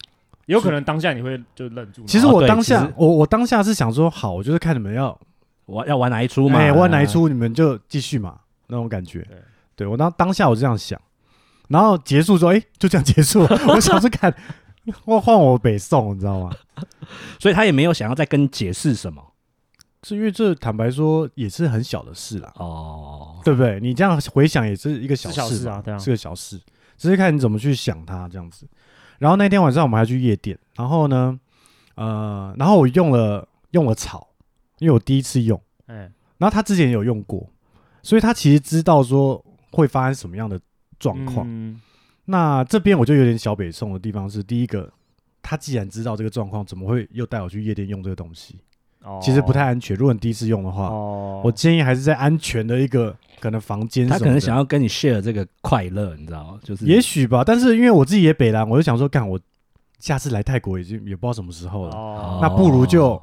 Speaker 2: 有可能当下你会就愣住，
Speaker 1: 其实
Speaker 2: 然后
Speaker 1: 我
Speaker 3: 对
Speaker 1: 当
Speaker 3: 其
Speaker 1: 下
Speaker 3: 实，
Speaker 1: 我我当下是想说，好，我就是看你们要
Speaker 3: 我要玩哪一出嘛，
Speaker 1: 哎，我哪一出你们就继续嘛，那种感觉
Speaker 2: 对。
Speaker 1: 对我当当下我是这样想，然后结束之后，哎、就这样结束。 (laughs) 我想说看，换换我北宋，你知道吗？
Speaker 3: 所以他也没有想要再跟你解释什么
Speaker 1: 是因为这坦白说也是很小的事啦。
Speaker 3: 哦。
Speaker 1: 对不对？你这样回想也是一个小
Speaker 2: 嗯是小
Speaker 1: 事
Speaker 2: 事
Speaker 1: 吧
Speaker 2: 啊对啊
Speaker 1: 是个小事，只是看你怎么去想它这样子。然后那天晚上我们还去夜店，然后呢，呃，然后我用了用了草，因为我第一次用，
Speaker 2: 哎，
Speaker 1: 然后他之前有用过，所以他其实知道说会发生什么样的状况。
Speaker 2: 嗯
Speaker 1: 那这边我就有点小北宋的地方是，第一个，他既然知道这个状况，怎么会又带我去夜店用这个东西？
Speaker 2: 哦
Speaker 1: 其实不太安全。如果你第一次用的话，
Speaker 2: 哦，
Speaker 1: 我建议还是在安全的一个可能房间什
Speaker 3: 他
Speaker 1: 么的。
Speaker 3: 可能想要跟你 share 这个快乐，你知道吗？就是
Speaker 1: 也许吧，但是因为我自己也北兰，我就想说，干我下次来泰国已经也不知道什么时候了，
Speaker 2: 哦
Speaker 1: 那不如就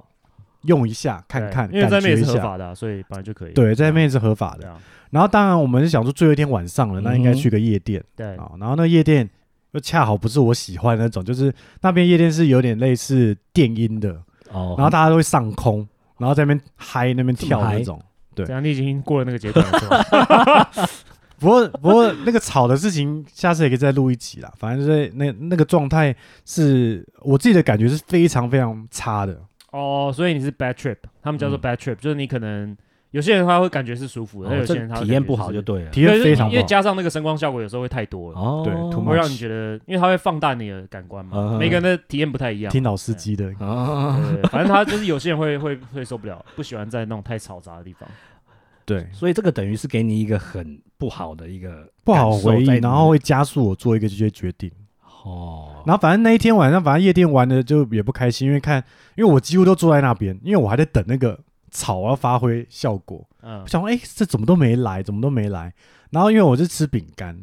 Speaker 1: 用一下看看，
Speaker 2: 对因为在那
Speaker 1: 感
Speaker 2: 边
Speaker 1: 觉
Speaker 2: 也
Speaker 1: 一
Speaker 2: 是合
Speaker 1: 下。
Speaker 2: 法的啊，所以本来就可以。
Speaker 1: 对，在那边是合法
Speaker 2: 对
Speaker 1: 的。
Speaker 2: 啊，
Speaker 1: 然后当然我们是想说最后一天晚上了，那应该
Speaker 3: 嗯哼
Speaker 1: 去个夜店
Speaker 2: 对，
Speaker 1: 啊。然后那夜店又恰好不是我喜欢的那种，就是那边夜店是有点类似电音的，
Speaker 3: 哦，
Speaker 1: 然后大家都会上空，然后在那边嗨那边
Speaker 3: 这么
Speaker 1: 跳那
Speaker 3: 嗨
Speaker 1: 种。对
Speaker 2: 这样你已经过了那个阶段了，
Speaker 1: (laughs)
Speaker 2: 是吧
Speaker 1: 不过不过那个吵的事情，下次也可以再录一集啦。反正就是那那个状态是我自己的感觉是非常非常差的。
Speaker 2: 哦，所以你是 bad trip，他们叫做
Speaker 1: 嗯
Speaker 2: bad trip，就是你可能有些人他会感觉是舒服的，但有
Speaker 3: 哦
Speaker 2: 些人他
Speaker 3: 这
Speaker 2: 会
Speaker 3: 体验
Speaker 2: 感觉
Speaker 3: 不好
Speaker 2: 是
Speaker 3: 就对了。
Speaker 1: 体验
Speaker 2: 对就是
Speaker 1: 非常不
Speaker 2: 因为
Speaker 1: 好。
Speaker 2: 加上那个声光效果有时候会太多了，
Speaker 3: 哦，
Speaker 1: 对，too
Speaker 2: 会
Speaker 1: much
Speaker 2: 让你觉得，因为它会放大你的感官嘛，
Speaker 3: 嗯
Speaker 2: 每个人的体验不太一样。
Speaker 1: 听老司机的，
Speaker 3: 啊，
Speaker 2: 对，反正他就是有些人会会会受不了，不喜欢在那种太嘈杂的地方。
Speaker 1: 对，
Speaker 3: 所以这个等于是给你一个很不好的一个
Speaker 1: 不好回忆，
Speaker 3: 感受在里面
Speaker 1: 然后会加速我做一个这些决定。
Speaker 3: 哦，
Speaker 1: 然后反正那一天晚上，反正夜店玩的就也不开心，因为看，因为我几乎都坐在那边，因为我还在等那个草要发挥效果。
Speaker 2: 嗯
Speaker 1: 我，想说，哎、这怎么都没来，怎么都没来。然后因为我是吃饼干，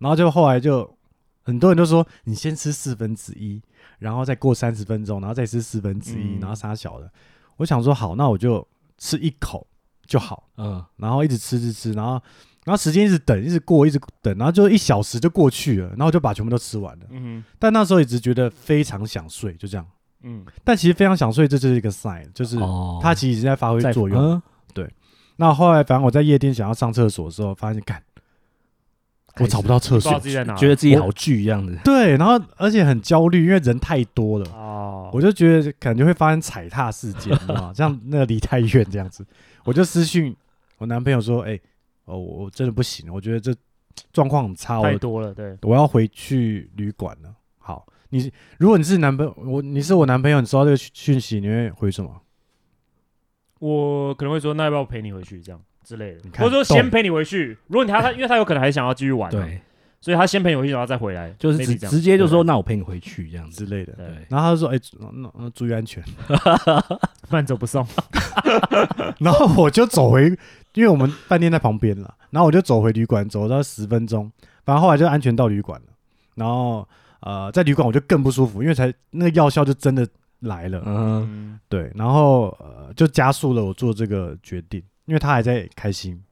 Speaker 1: 然后就后来就很多人都说，你先吃四分之一，然后再过三十分钟，然后再吃四分之一，
Speaker 2: 嗯
Speaker 1: 然后啥小的。我想说，好，那我就吃一口就好，
Speaker 3: 嗯，
Speaker 1: 然后一直吃吃吃，然后然后时间一直等，一直过，一直等，然后就一小时就过去了，然后就把全部都吃完了。
Speaker 2: 嗯
Speaker 1: 但那时候也只觉得非常想睡，就这样。
Speaker 2: 嗯
Speaker 1: 但其实非常想睡，这就是一个 sign，就是
Speaker 3: 哦
Speaker 1: 它其实已经在发挥
Speaker 3: 在
Speaker 1: 作用。
Speaker 3: 嗯
Speaker 1: 那后来，反正我在夜店想要上厕所的时候，发现干，我找不到厕
Speaker 2: 不知道
Speaker 1: 所，
Speaker 2: 自己在哪，
Speaker 3: 觉得自己
Speaker 1: 我
Speaker 3: 好巨一样的。
Speaker 1: 对，然后而且很焦虑，因为人太多了，
Speaker 2: 哦，
Speaker 1: 我就觉得感觉会发生踩踏事件，你知道
Speaker 2: (laughs)
Speaker 1: 吗？像那个离太远这样子，我就私讯我男朋友说：“哎、哦，我我真的不行，我觉得这状况很差，我
Speaker 2: 太多了，对，
Speaker 1: 我要回去旅馆了。”好，你如果你是男朋友，我你是我男朋友，你收到这个讯讯息，你会回什么？
Speaker 2: 我可能会说，那要不要陪你回去这样之类的
Speaker 1: 你，看
Speaker 2: 或者说
Speaker 1: 懂
Speaker 2: 先陪你回去。如果你他他，因为他有可能还想要继续玩，，啊
Speaker 3: 对，
Speaker 2: 所以他先陪你回去，然后再回来，
Speaker 3: 就是直
Speaker 2: maybe 这样
Speaker 3: 直接就说，那我陪你回去这样子。
Speaker 1: 之类的。
Speaker 2: 对，
Speaker 3: 对，
Speaker 1: 然后他就说：“哎、那那注意安全。”
Speaker 2: 慢走不送，
Speaker 1: (laughs) 然后我就走回，因为我们饭店在旁边了，然后我就走回旅馆，走到十分钟，反正后来就安全到旅馆了。然后呃，在旅馆我就更不舒服，因为才那个药效就真的来了，
Speaker 3: 嗯，
Speaker 2: 嗯，
Speaker 1: 对，然后呃就加速了我做这个决定，因为他还在开心，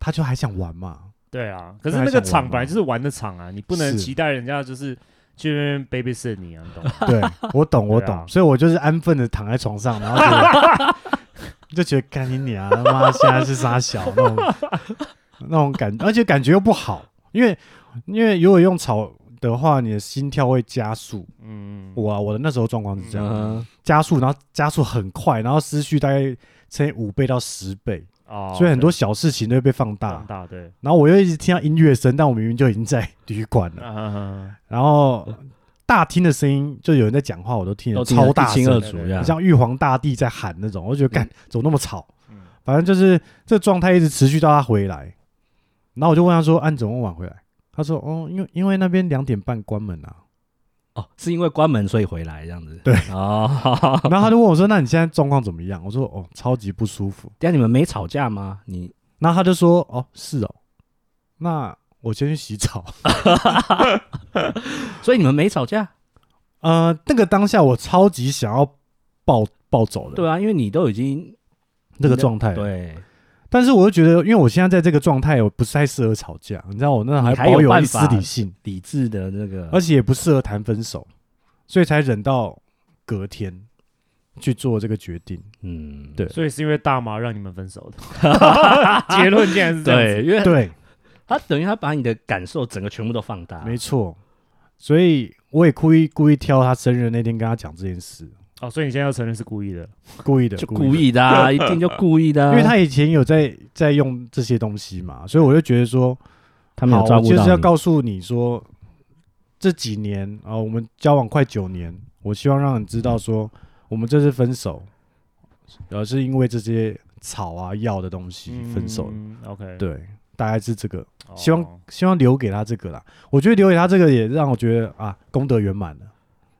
Speaker 1: 他就还想玩嘛，
Speaker 2: 对啊。可是那个场本来就是玩的场啊，你不能
Speaker 1: 是
Speaker 2: 期待人家就是去那边 babysit 你啊，你
Speaker 3: (laughs)
Speaker 2: 懂吗？
Speaker 1: 对我懂我
Speaker 2: 对啊
Speaker 1: 懂，所以我就是安分的躺在床上，然后就
Speaker 3: (laughs)
Speaker 1: 就觉得干你娘，他妈现在是傻小那
Speaker 3: (laughs)
Speaker 1: 种那种感，而且感觉又不好，因为因为如果用炒的话，你的心跳会加速。
Speaker 2: 嗯，
Speaker 1: 我啊，我的那时候状况是这样，
Speaker 3: 嗯
Speaker 1: 加速，然后加速很快，然后思绪大概乘以五倍到十倍，
Speaker 2: 哦，
Speaker 1: 所以很多小事情都会被放
Speaker 2: 对
Speaker 1: 大
Speaker 2: 放。大对，
Speaker 1: 然后我又一直听到音乐声，但我明明就已经在旅馆
Speaker 3: 嗯
Speaker 1: 了，
Speaker 2: 啊，
Speaker 1: 然后大厅的声音就有人在讲话，我都听
Speaker 3: 都
Speaker 1: 得
Speaker 3: 听得
Speaker 1: 超大
Speaker 3: 一清
Speaker 1: 声
Speaker 3: 二，楚这
Speaker 2: 对
Speaker 3: 样
Speaker 1: 很。像玉皇大帝在喊那种，我就觉得干怎么那么吵
Speaker 2: 嗯？
Speaker 1: 反正就是这状态一直持续到他回来，然后我就问他说：“啊，你怎么那么晚回来？”他说：“哦，因为因为那边两点半关门
Speaker 3: (laughs)
Speaker 1: 啊。
Speaker 3: 哦，是因为关门所以回来这样子。
Speaker 1: 对，
Speaker 3: 哦，” (laughs)
Speaker 1: 然后他就问我说：“那你现在状况怎么样？”我说：“哦，超级不舒服。
Speaker 3: 但你们没吵架吗？你”
Speaker 1: 然后他就说：“哦，是哦，那我先去洗澡。 (laughs)
Speaker 3: 所以你们没吵架？”
Speaker 1: 呃，那个当下我超级想要暴暴走的，
Speaker 3: 对啊，因为你都已经
Speaker 1: 那个状态，
Speaker 3: 对，
Speaker 1: 但是我又觉得，因为我现在在这个状态，我不是太适合吵架，你知道，我那还
Speaker 3: 你还有
Speaker 1: 保有
Speaker 3: 办
Speaker 1: 一
Speaker 3: 法
Speaker 1: 丝理性，
Speaker 3: 理智的那个，
Speaker 1: 而且也不适合谈分手，所以才忍到隔天去做这个决定。
Speaker 3: 嗯，
Speaker 1: 对
Speaker 2: 所以是因为大麻让你们分手的，
Speaker 1: (laughs)
Speaker 2: 结论竟然是这样子。
Speaker 3: 对，因为 (laughs)
Speaker 1: 对，
Speaker 3: 他等于他把你的感受整个全部都放大，
Speaker 1: 没错，所以我也故意故意挑他生日那天跟他讲这件事，
Speaker 2: 哦，所以你现在要承认是故意的，
Speaker 1: 故意的，
Speaker 3: 就
Speaker 1: 故
Speaker 3: 故
Speaker 1: 的。
Speaker 3: 意
Speaker 1: (laughs)
Speaker 3: 的啊，一定就故意的啊，
Speaker 1: 因为他以前有在在用这些东西嘛，所以我就觉得说，
Speaker 3: 他没有
Speaker 1: 好
Speaker 3: 照顾
Speaker 1: 我
Speaker 3: 到
Speaker 1: 就是要
Speaker 3: 你
Speaker 1: 告诉你说，这几年啊、呃我们交往快九年，我希望让你知道说，我们这次分手，呃，是因为这些草啊药的东西分手的。
Speaker 2: 嗯 OK，，
Speaker 1: 对，大概是这个，
Speaker 2: 哦
Speaker 1: 希望希望留给他这个啦。我觉得留给他这个也让我觉得啊，功德圆满了，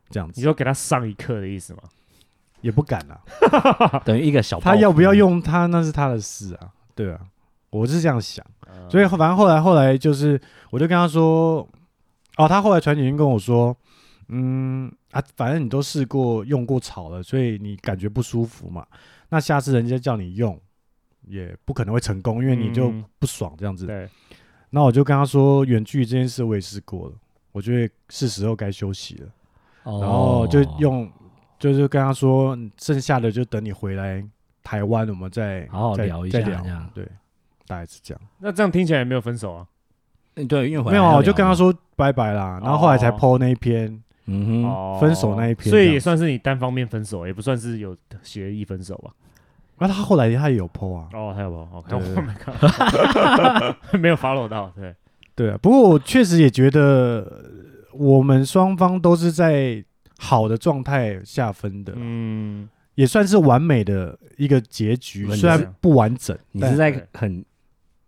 Speaker 1: 这样
Speaker 2: 你
Speaker 1: 子
Speaker 2: 就给他上一课的意思嘛。
Speaker 1: 也不敢啦。
Speaker 3: 等于一个小报
Speaker 1: 他
Speaker 3: 复
Speaker 1: 要不要用他那是他的事啊，对啊，我是这样想。
Speaker 2: 嗯
Speaker 1: 所以反正后来后来就是，我就跟他说，哦，他后来传简讯跟我说，嗯啊，反正你都试过用过草了，所以你感觉不舒服嘛，那下次人家叫你用，也不可能会成功，因为你就
Speaker 2: 嗯
Speaker 1: 不爽这样子。
Speaker 2: 对，
Speaker 1: 那我就跟他说，远距离这件事我也试过了，我觉得是时候该休息了，
Speaker 3: 哦
Speaker 1: 然后就用，就是跟他说，剩下的就等你回来台湾，我们再
Speaker 3: 好好
Speaker 1: 再
Speaker 3: 聊一
Speaker 1: 再
Speaker 3: 下
Speaker 1: 聊
Speaker 3: 这样，
Speaker 1: 对，大概是这样。
Speaker 2: 那这样听起来也没有分手啊。
Speaker 3: 嗯对，因为回来
Speaker 1: 没有
Speaker 3: 还
Speaker 1: 啊，
Speaker 3: 要
Speaker 1: 我就跟
Speaker 3: 聊
Speaker 1: 他
Speaker 3: 嘛，
Speaker 1: 说拜拜啦，然后后来才
Speaker 2: 哦
Speaker 1: PO 那一篇，
Speaker 3: 嗯哼，
Speaker 2: 哦
Speaker 1: 分手那一篇
Speaker 2: 所
Speaker 1: 这
Speaker 2: 以
Speaker 1: 样
Speaker 2: 也算是你单方面分手，也不算是有协议分手吧。
Speaker 1: 那他后来他也有 PO 啊，
Speaker 2: 哦，还有吧，OK，
Speaker 1: 对对对
Speaker 2: 我没看， (laughs) 没有 follow 到，对，
Speaker 1: 对啊。不过我确实也觉得呃我们双方都是在好的状态下分的，
Speaker 2: 嗯，
Speaker 1: 也算是完美的一个结局，
Speaker 3: 完
Speaker 1: 虽
Speaker 2: 整
Speaker 1: 然不完整，
Speaker 3: 你
Speaker 1: 但
Speaker 3: 是在
Speaker 2: 对
Speaker 3: 很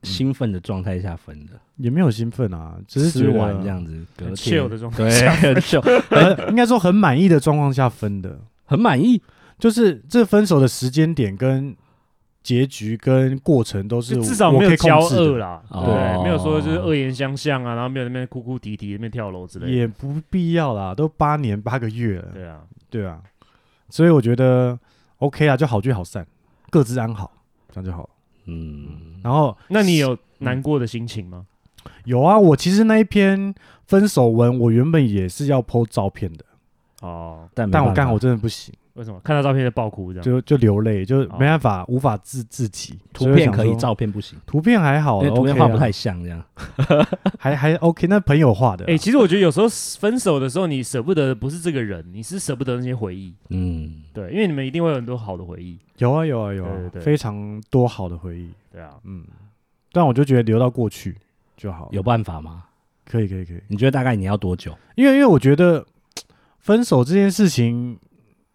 Speaker 3: 兴奋的状态下分的，
Speaker 1: 也没有兴奋啊，只是
Speaker 3: 吃
Speaker 1: 觉得
Speaker 3: 完这，样子，隔
Speaker 2: 很
Speaker 3: 天
Speaker 2: chill 的状态
Speaker 3: 对，很 chill，
Speaker 1: (laughs) 呃应该说很满意的状况下分的，
Speaker 3: 很满意，
Speaker 1: 就是这分手的时间点跟结局跟过程都是
Speaker 2: 就至少
Speaker 1: 我
Speaker 2: 没有
Speaker 1: 可以控
Speaker 2: 交
Speaker 1: 制的
Speaker 2: 恶啦，
Speaker 3: 哦
Speaker 2: 对，没有说就是恶言相向啊，然后没有在那边哭哭啼啼，那边跳楼之类的，
Speaker 1: 也不必要啦，都八年八个月了，
Speaker 2: 对啊，
Speaker 1: 对啊，所以我觉得 OK 啊，就好聚好散，各自安好，这样就好了。
Speaker 3: 嗯，
Speaker 1: 然后
Speaker 2: 那你有难过的心情吗？
Speaker 1: 有啊，我其实那一篇分手文，我原本也是要 PO 照片的，
Speaker 2: 哦，
Speaker 3: 但没
Speaker 1: 但我
Speaker 3: 办法
Speaker 1: 干我真的不行，
Speaker 2: 为什么看到照片就爆哭这样？
Speaker 1: 就就流泪，就
Speaker 2: 哦
Speaker 1: 没办法，无法自自己。
Speaker 3: 图片可
Speaker 1: 所
Speaker 3: 以，
Speaker 1: 我想说
Speaker 3: 照片不行，
Speaker 1: 图片还好
Speaker 3: 因
Speaker 1: 啊，
Speaker 3: 为图片
Speaker 1: OK 啊
Speaker 3: 画不太像这样。
Speaker 1: (laughs) 还还 OK，那朋友画的啊。
Speaker 2: 哎、其实我觉得有时候分手的时候，你舍不得的不是这个人，你是舍不得那些回忆。
Speaker 3: 嗯，
Speaker 2: 对，因为你们一定会有很多好的回忆。
Speaker 1: 有啊有啊有啊
Speaker 2: 对对，对
Speaker 1: 非常多好的回忆。
Speaker 2: 对啊，
Speaker 1: 嗯，但我就觉得留到过去就好了。
Speaker 3: 有办法吗？
Speaker 1: 可以可以可以，
Speaker 3: 你觉得大概你要多久？
Speaker 1: 因为因为我觉得分手这件事情，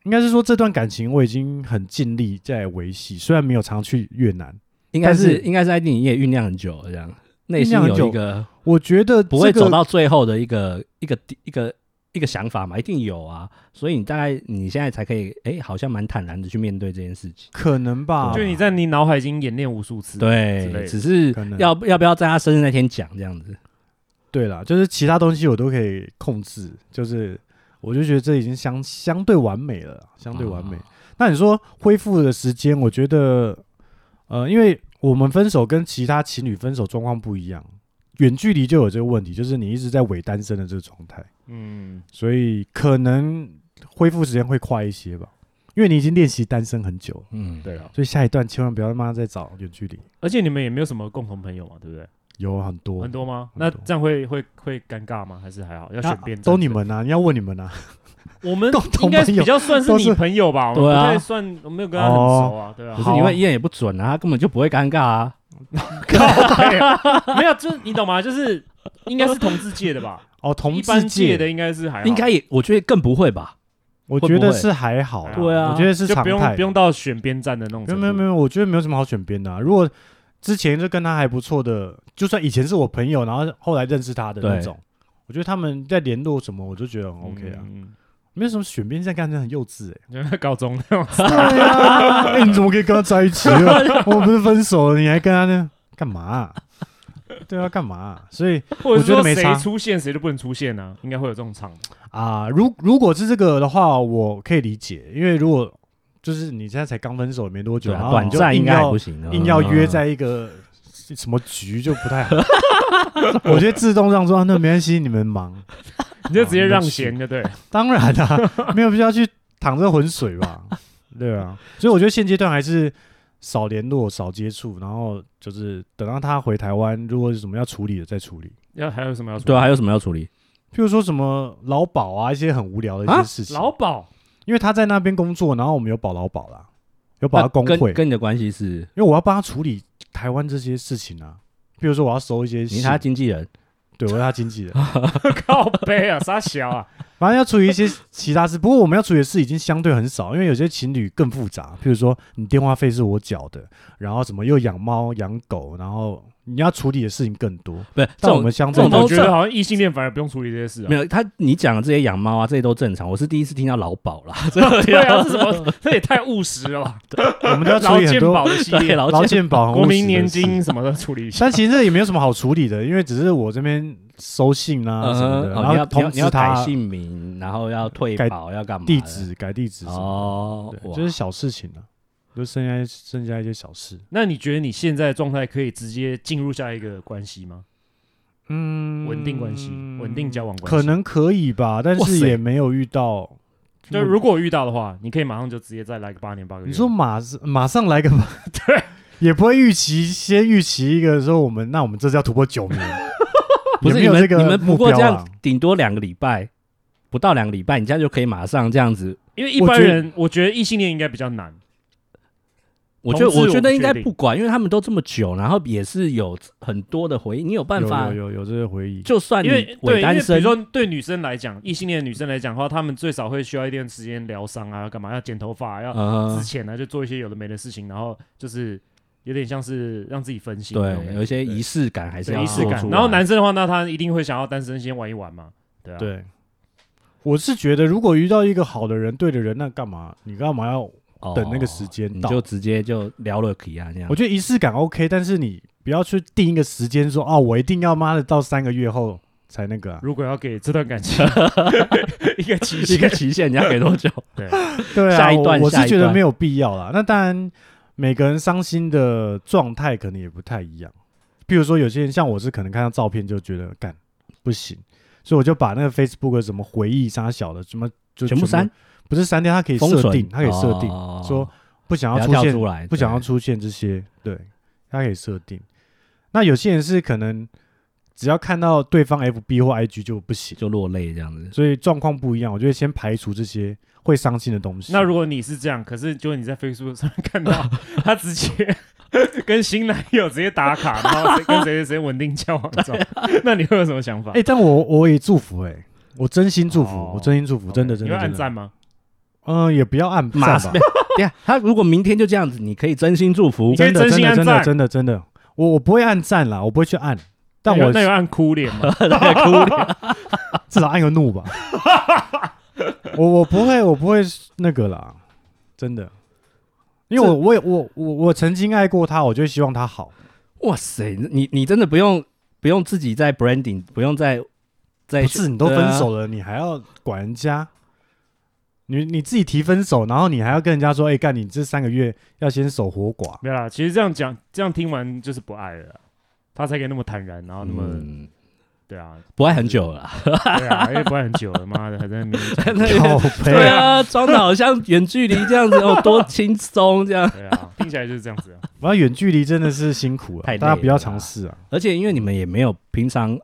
Speaker 1: 应该是说这段感情我已经很尽力在维系，虽然没有常去越南，
Speaker 3: 应该
Speaker 1: 但
Speaker 3: 是
Speaker 1: 是
Speaker 3: 应该是在你也酝酿很久了这样，内心
Speaker 1: 酝酿很久
Speaker 3: 有一个
Speaker 1: 我觉得、
Speaker 3: 不会走。到最后的一个一个一个一个想法嘛，一定有啊。所以你大概你现在才可以，哎，好像蛮坦然的去面对这件事情。
Speaker 1: 可能吧
Speaker 3: 啊，
Speaker 2: 就你在你脑海已经演练无数次。，之类
Speaker 3: 对，
Speaker 2: 的
Speaker 3: 只是
Speaker 1: 可能
Speaker 3: 要要不要在他生日那天讲这样子？
Speaker 1: 对啦，就是其他东西我都可以控制，就是我就觉得这已经相相对完美了，相对完美。
Speaker 3: 啊
Speaker 1: 那你说恢复的时间，我觉得，呃，因为我们分手跟其他情侣分手状况不一样，远距离就有这个问题，就是你一直在伪单身的这个状态，
Speaker 2: 嗯，
Speaker 1: 所以可能恢复时间会快一些吧，因为你已经练习单身很久了，
Speaker 3: 嗯，
Speaker 2: 对啊。
Speaker 1: 所以下一段千万不要他妈再找远距离，
Speaker 2: 而且你们也没有什么共同朋友嘛，对不对？
Speaker 1: 有很多
Speaker 2: 很多吗？
Speaker 1: 很
Speaker 2: 那
Speaker 1: 多
Speaker 2: 这样会会会尴尬吗？还是还好？要选
Speaker 1: 那
Speaker 2: 边站
Speaker 1: 都你，们呐、啊，你要问你们呐、啊，
Speaker 2: 我们
Speaker 1: 共同
Speaker 2: 应该
Speaker 1: 朋友
Speaker 2: 比较算是
Speaker 1: 都
Speaker 2: 你
Speaker 1: 是
Speaker 2: 朋友吧？我们
Speaker 3: 对啊
Speaker 2: 不太算我没有跟他很熟啊，对啊
Speaker 3: 可。是你问一眼也不准啊，他根本就不会尴尬啊。
Speaker 2: 好啊 (laughs) 没有，就是你懂吗？就是应该是同志界的吧，
Speaker 1: 哦，同
Speaker 2: 一般
Speaker 1: 志界
Speaker 2: 界的应该是还好
Speaker 3: 应该也，我觉得更不会吧。
Speaker 1: 我
Speaker 3: 会
Speaker 1: 觉
Speaker 3: 不
Speaker 1: 得
Speaker 3: 会
Speaker 1: 是还好，
Speaker 3: 对啊
Speaker 1: 我觉得是
Speaker 2: 就
Speaker 1: 常
Speaker 2: 不用
Speaker 1: 态，
Speaker 2: 不用到选边站的那种
Speaker 1: 没有
Speaker 2: 程度。
Speaker 1: 没有没有，我觉得没有什么好选边的、啊。如果之前就跟他还不错的，就算以前是我朋友，然后后来认识他的那
Speaker 3: 对
Speaker 1: 种，我觉得他们在联络什么，我就觉得很
Speaker 2: 嗯
Speaker 1: OK 啊，
Speaker 2: 嗯
Speaker 1: 没有什么选边站，感觉很幼稚
Speaker 3: (laughs)
Speaker 1: 哎、
Speaker 2: (laughs) 嗯高中
Speaker 1: (laughs)
Speaker 2: 那种，
Speaker 1: 对啊，哎、你怎么可以跟他在一起啊？ (laughs) 我们不是分手了，你还跟他呢？干嘛啊、对啊，干嘛啊、所以
Speaker 2: 或者
Speaker 1: 我觉得
Speaker 2: 说
Speaker 1: 没
Speaker 2: 谁
Speaker 1: 差
Speaker 2: 出现谁就不能出现呢？应该会有这
Speaker 1: (laughs)
Speaker 2: 种场。
Speaker 1: 啊，如如果是这个的话，我可以理解，因为如果就是你现在才刚分手没多久，
Speaker 3: 对
Speaker 1: 然
Speaker 3: 啊，
Speaker 1: 后你
Speaker 3: 短
Speaker 1: 就
Speaker 3: 暂应
Speaker 1: 硬
Speaker 3: 该还
Speaker 1: 要
Speaker 3: 不行啊，
Speaker 1: 硬要约在一个什么局就不太好。 (laughs) 我觉得自动让啊座，那没关系，你们忙。
Speaker 2: (laughs) 你就直接让
Speaker 1: 哦
Speaker 2: 贤就对了。
Speaker 1: (laughs) 当然啦、没有必要去淌这浑水吧？对啊，所以我觉得现阶段还是少联络、少接触，然后就是等到他回台湾，如果有什么要处理的再处理。
Speaker 2: 要还有什么要说？
Speaker 3: 对啊，还有什么要处理？
Speaker 1: 譬如说什么劳保啊，一些很无聊的一些
Speaker 3: 啊
Speaker 1: 事情。
Speaker 2: 劳保
Speaker 1: 因为他在那边工作，然后我们有保劳保啦，有保他
Speaker 2: 啊
Speaker 3: 那
Speaker 1: 工
Speaker 3: 跟
Speaker 1: 会，
Speaker 3: 跟你的关系是，
Speaker 1: 因为我要帮他处理台湾这些事情啊。譬如说我要收一些
Speaker 3: 你
Speaker 1: 信，
Speaker 3: 是他经纪人，
Speaker 1: 对我是他经纪人。
Speaker 2: (laughs) 靠背啊，傻
Speaker 1: (laughs)
Speaker 2: 小啊，
Speaker 1: 反正要处理一些其他事，不过我们要处理的事已经相对很少，因为有些情侣更复杂，譬如说你电话费是我缴的，然后什么又养猫养狗，然后你要处理的事情更多。
Speaker 3: 不是这
Speaker 1: 但我
Speaker 3: 种
Speaker 1: 们相
Speaker 3: 这
Speaker 1: 对
Speaker 3: 种
Speaker 2: 我
Speaker 3: 都
Speaker 2: 觉得好像异性恋反而不用处理这些事
Speaker 3: 没
Speaker 2: 啊。
Speaker 3: 有他，你讲的这些养猫啊，这些都正常。我是第一次听到劳保
Speaker 1: (laughs)
Speaker 3: 啦，这
Speaker 2: (laughs) 对啊，这什么？这也太务实了吧！
Speaker 1: 我 (laughs) 们都要处
Speaker 2: 劳
Speaker 1: 理很
Speaker 2: 健
Speaker 1: 多
Speaker 2: 保的系
Speaker 3: 对
Speaker 2: 列，
Speaker 3: 劳
Speaker 1: 劳
Speaker 3: 健
Speaker 1: 健保、
Speaker 2: 国民年金，什么的处理一下
Speaker 1: 但。其实这也没有什么好处理的，因为只是我这边收信啊
Speaker 3: 嗯
Speaker 1: 什么的，
Speaker 3: 哼哦
Speaker 1: 然
Speaker 3: 你
Speaker 1: 后
Speaker 3: 要你要
Speaker 1: 通
Speaker 3: 你
Speaker 1: 知
Speaker 3: 要改
Speaker 1: 他
Speaker 3: 姓名，然后要退
Speaker 1: 改
Speaker 3: 保，要干嘛的？
Speaker 1: 地址、改地址什么
Speaker 3: 哦
Speaker 1: 的，，对，
Speaker 3: 哇
Speaker 1: 就是小事情啊，就剩下剩下一些小事。
Speaker 2: 那你觉得你现在的状态可以直接进入下一个关系吗？
Speaker 1: 嗯，
Speaker 2: 稳定关系，稳定交往关系。
Speaker 1: 可能可以吧，但
Speaker 3: 哇
Speaker 1: 是
Speaker 3: 塞
Speaker 1: 也没有遇到。
Speaker 2: 就如果遇到的话，你可以马上就直接再来个八年八个月。
Speaker 1: 你说马上马上来个吧，
Speaker 2: 对，
Speaker 1: 也不会预期先预期一个说我们那我们这次要突破
Speaker 3: (laughs)
Speaker 1: 九名，
Speaker 3: 不是
Speaker 1: 也没
Speaker 3: 你
Speaker 1: 有
Speaker 3: 们
Speaker 1: 这个
Speaker 3: 你们不
Speaker 1: 目
Speaker 3: 过
Speaker 1: 标
Speaker 3: 这
Speaker 1: 啊
Speaker 3: 样，顶多两个礼拜，不到两个礼拜，你这样就可以马上这样子。
Speaker 2: 因为一
Speaker 1: 我
Speaker 2: 般
Speaker 1: 觉得
Speaker 2: 人，我觉得异性恋应该比较难。
Speaker 3: 我觉得
Speaker 2: 同志我
Speaker 3: 觉
Speaker 2: 不
Speaker 3: 得应
Speaker 2: 确
Speaker 3: 该
Speaker 2: 定
Speaker 3: 不管，因为他们都这么久，然后也是有很多的回忆，你有办法
Speaker 1: 有有有有这些回忆，
Speaker 3: 就算你
Speaker 2: 因为对，
Speaker 3: 伪
Speaker 2: 因为
Speaker 3: 单
Speaker 2: 比如
Speaker 3: 身，
Speaker 2: 说对女生来讲，异性恋的女生来讲的话，她们最少会需要一定的时间疗伤啊，要干嘛要剪头发啊，要
Speaker 3: 呃
Speaker 2: 之，前呢就做一些有的没的事情，然后就是有点像是让自己分心那种感
Speaker 3: 对，
Speaker 2: 觉，
Speaker 3: 有一些仪式感还是
Speaker 2: 对
Speaker 3: 要
Speaker 2: 仪式
Speaker 3: 做
Speaker 2: 感。
Speaker 3: 出
Speaker 2: 然后
Speaker 3: 来
Speaker 2: 男生的话，那他一定会想要单身先玩一玩嘛，对啊，
Speaker 1: 对。我是觉得，如果遇到一个好的人、对的人，那干嘛？你干嘛要？
Speaker 3: 哦
Speaker 1: 等那个时间
Speaker 3: 你
Speaker 1: 到
Speaker 3: 就直接就聊了可以啊，这样
Speaker 1: 我。觉得仪式感 OK，但是你不要去定一个时间说啊，我一定要妈的到三个月后才那
Speaker 3: (laughs)
Speaker 1: 个啊。
Speaker 2: 如果要给这段感情 (laughs) 一个期
Speaker 3: 一个
Speaker 2: 限，
Speaker 3: (laughs) 期限，你要给多久？
Speaker 1: 对啊，
Speaker 3: 下一段
Speaker 1: 我我
Speaker 3: 下
Speaker 1: 是
Speaker 3: 一
Speaker 1: 觉得
Speaker 3: 段
Speaker 1: 没有必要啦。那当然，每个人伤心的状态可能也不太一样。比如说，有些人像我是可能看到照片就觉得干不行，所以我就把那个 Facebook 什么回忆杀小的什么就
Speaker 3: 全部删，，
Speaker 1: 不是删掉，它可以
Speaker 3: 封
Speaker 1: 设
Speaker 3: 存
Speaker 1: 定，它可以设定
Speaker 3: 哦
Speaker 1: 说不想
Speaker 3: 不要
Speaker 1: 出
Speaker 3: 跳
Speaker 1: 现
Speaker 3: 出来，
Speaker 1: 不想要
Speaker 3: 对
Speaker 1: 出现这些，对，它可以设定。那有些人是可能只要看到对方 FB 或 IG 就不行，
Speaker 3: 就落泪这样子。
Speaker 1: 所以状况不一样。我就会先排除这些会伤心的东西。
Speaker 2: 那如果你是这样，可是就你在 Facebook 上面
Speaker 1: (laughs)
Speaker 2: 看到他直接 (laughs) 跟新男友直接
Speaker 1: (laughs)
Speaker 2: 打卡，然后谁跟谁谁谁稳定交往中，那你会有什么想法？
Speaker 1: 啊哎、但我我也祝福哎、我真心祝福，
Speaker 2: 哦
Speaker 1: 我真心祝福，真的
Speaker 2: OK，
Speaker 1: 真
Speaker 2: 你
Speaker 1: 的
Speaker 2: 会
Speaker 1: 真
Speaker 2: 按
Speaker 1: 的。
Speaker 2: 赞吗？
Speaker 1: 嗯、也不要按赞
Speaker 3: 马
Speaker 1: 吧
Speaker 3: 上，， (laughs) 对呀，他如果明天就这样子，你可以真心祝福
Speaker 2: 你，可以
Speaker 1: 真的
Speaker 2: 真
Speaker 1: 真
Speaker 2: 心
Speaker 1: 的
Speaker 2: 按
Speaker 1: 真的
Speaker 2: 赞
Speaker 1: 真的真的，我我不会按赞啦，我不会去按，但
Speaker 2: 那
Speaker 1: 我
Speaker 2: 有那有按哭
Speaker 1: (laughs)
Speaker 2: 脸吗？
Speaker 1: 至少按个怒
Speaker 3: (laughs)
Speaker 1: 吧。我我不会，我不会那个啦，真的，因为我我也我我我曾经爱过他，我就希望他好。
Speaker 3: 哇塞，你你真的不用不用自己在 branding，不用再再
Speaker 1: 不是你都分
Speaker 3: 对啊
Speaker 1: 手了，你还要管人家？你你自己提分手，然后你还要跟人家说，哎、干你这三个月要先守活寡。
Speaker 2: 没有啦，其实这样讲，这样听完就是不爱了啦，他才可以那么坦然，然后那么、
Speaker 3: 嗯
Speaker 2: 对啊，
Speaker 3: 不爱很久了 (laughs) 啊，
Speaker 2: 对啊，因为不爱很久了，妈的还在那边讲，
Speaker 1: 靠
Speaker 3: (laughs) 对
Speaker 1: 背啊！
Speaker 3: 啊，装的好像远距离这样 (laughs) 子哦，多轻松这样。
Speaker 1: (laughs)
Speaker 2: 对啊，听起来就是这样子啊。
Speaker 1: 我要远距离真的是辛苦了，
Speaker 3: 太累
Speaker 1: 大家不要
Speaker 3: 了
Speaker 1: 尝
Speaker 3: 啦
Speaker 1: 试啊！
Speaker 3: 而且因为你们也没有平常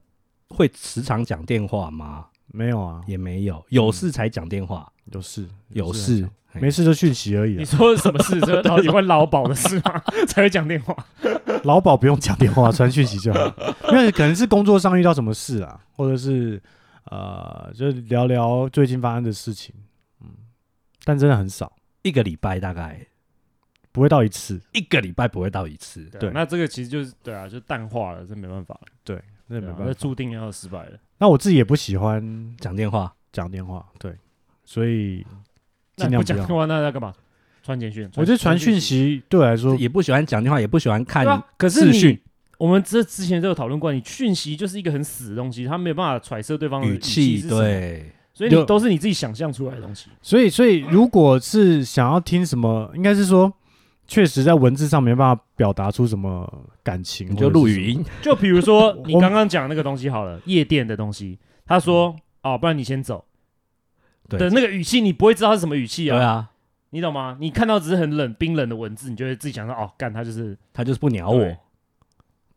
Speaker 3: 会时常讲电话吗？
Speaker 1: 没有啊，
Speaker 3: 也没有，有事才讲电话，
Speaker 1: 有事
Speaker 3: 嗯有
Speaker 1: 事很少
Speaker 3: 事
Speaker 1: 没事就讯息而已
Speaker 2: 你
Speaker 1: 啊。
Speaker 2: 说什么事？这到底关劳保的事
Speaker 1: (laughs)
Speaker 2: 吗？才会讲电话？
Speaker 1: 劳保不用讲电话，传讯息就好。 (laughs) 因为可能是工作上遇到什么事啊，或者是呃，就聊聊最近发生的事情。嗯，但真的很少，
Speaker 3: 一个礼拜大概
Speaker 1: 不会到一次，
Speaker 3: 一个礼拜不会到一次。
Speaker 2: 对啊
Speaker 1: 对
Speaker 2: 那这个其实就是对啊，就淡化了，这没办法了，
Speaker 1: 那没
Speaker 2: 对啊
Speaker 1: 办
Speaker 2: 那
Speaker 1: 法。
Speaker 2: 注定要失败了。
Speaker 1: 那我自己也不喜欢
Speaker 3: 讲电话，
Speaker 1: 讲电话，对，所以尽
Speaker 2: 那不
Speaker 1: 量
Speaker 2: 讲
Speaker 1: 不
Speaker 2: 电
Speaker 1: 要。
Speaker 2: 话，那要干嘛？传简讯？
Speaker 1: 我觉得传讯
Speaker 2: 息
Speaker 1: 息对我来说，
Speaker 3: 也不喜欢讲电话，也不喜欢看
Speaker 2: 对啊。可是
Speaker 3: 视讯
Speaker 2: 你，我们这之前都有讨论过，你讯息就是一个很死的东西，他没有办法揣测对方的
Speaker 3: 语
Speaker 2: 气
Speaker 3: 气，
Speaker 2: 是什么，
Speaker 3: 对，
Speaker 2: 所以你
Speaker 1: 就
Speaker 2: 都是你自己想象出来的东西。
Speaker 1: 所以所以如果是想要听什么，应该是说，确实在文字上没办法表达出什么感情，
Speaker 3: 你就录
Speaker 1: 音。
Speaker 3: 语音，
Speaker 2: 就比如说
Speaker 1: 我
Speaker 2: 你刚刚讲那个东西好了，夜店的东西，他说哦，不然你先走。
Speaker 3: 对
Speaker 2: 的那个语气，你不会知道是什么语气
Speaker 3: 对
Speaker 2: 啊，
Speaker 3: 啊，
Speaker 2: 你懂吗？你看到只是很冷冰冷的文字，你就会自己想到哦，干他就是
Speaker 3: 他就是不鸟啊我
Speaker 2: 对。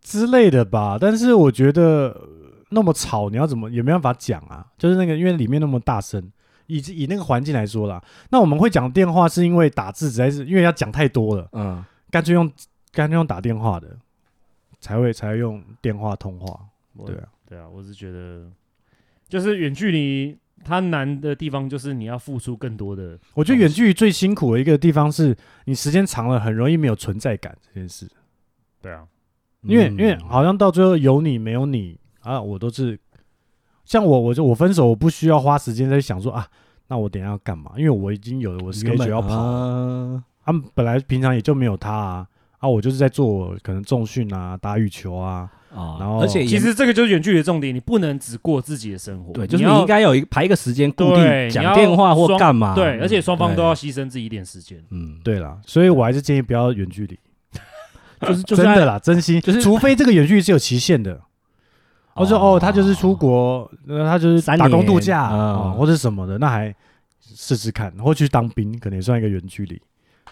Speaker 1: 之类的吧。但是我觉得呃那么吵，你要怎么也没办法讲啊。就是那个因为里面那么大声，以以那个环境来说啦，那我们会讲电话是因为打字实在是因为要讲太多了，
Speaker 3: 嗯，
Speaker 1: 干脆用干脆用打电话的，才会才会用电话通话。
Speaker 2: 我
Speaker 1: 对啊，
Speaker 2: 对啊，我是觉得就是远距离，它难的地方就是你要付出更多的。
Speaker 1: 我觉得远距离最辛苦的一个地方是你时间长了很容易没有存在感这件事，
Speaker 2: 对啊，
Speaker 1: 因为
Speaker 3: 嗯
Speaker 1: 因为好像到最后有你没有你啊，我都是像我我就我分手，我不需要花时间在想说啊。那我等一下要干嘛？因为我已经有了我 s c
Speaker 3: 原
Speaker 1: h e
Speaker 3: 本
Speaker 1: d 要跑了，
Speaker 3: 啊
Speaker 1: 他们本来平常也就没有他啊，啊，我就是在做我可能重训啊、打羽球啊，
Speaker 3: 啊
Speaker 1: 然后
Speaker 3: 而且也
Speaker 2: 其实这个就是远距离的重点，你不能只过自己的生活，
Speaker 3: 对，就是
Speaker 2: 你
Speaker 3: 你
Speaker 2: 要
Speaker 3: 应该有一个排一个时间固
Speaker 2: 对
Speaker 3: 定
Speaker 2: 你要
Speaker 3: 讲电话或
Speaker 2: 双
Speaker 3: 干嘛。
Speaker 2: 对，而且双方
Speaker 3: 啊嗯对
Speaker 2: 都要牺牲自己一点时
Speaker 3: (laughs)
Speaker 2: 间。
Speaker 3: 嗯，
Speaker 1: 对啦，所以我还是建议不要远距离，
Speaker 3: 就是就是
Speaker 1: 真的啦，真心，
Speaker 3: 就是
Speaker 1: 除非这个远距离是有期限的，我说哦，他就是出国，呃他就是
Speaker 3: 三
Speaker 1: 打工
Speaker 3: 年
Speaker 1: 度假
Speaker 3: 嗯
Speaker 1: 啊，或者什么的，那还试试看，或去当兵，可能也算一个远距离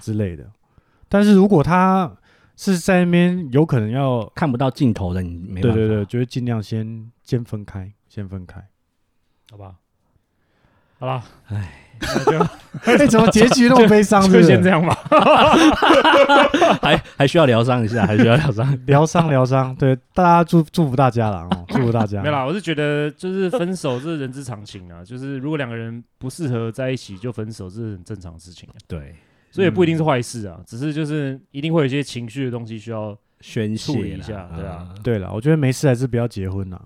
Speaker 1: 之类的。但是如果他是在那边，有可能要
Speaker 3: 看不到尽头的，你没
Speaker 1: 对
Speaker 3: 办法。
Speaker 1: 对对，就是尽量先先分开，先分
Speaker 3: (laughs)
Speaker 1: 开。
Speaker 2: 好吧，好啦，
Speaker 3: 唉， (laughs)
Speaker 1: 哎，怎么结局那么悲伤？
Speaker 2: 就是先这样吧。
Speaker 3: 还还需要疗伤一下，还需要疗
Speaker 2: (laughs)
Speaker 3: 伤。
Speaker 1: 疗伤疗伤，对大家祝祝福大家啦，哦，祝福大
Speaker 3: (laughs)
Speaker 1: 家。
Speaker 3: 啊
Speaker 2: 没啦，我是觉得就是分手这是人之常情啊，就是如果两个人不适合在一起就分手，这是很正常的事情啊，
Speaker 3: 对，
Speaker 2: 所以也不一定是坏事啊，只是就是一定会有一些情绪的东西需要
Speaker 3: 宣泄
Speaker 2: 处理一
Speaker 3: 啦嗯
Speaker 2: 下对啊，
Speaker 1: 对了，我觉得没事还是不要结婚啦，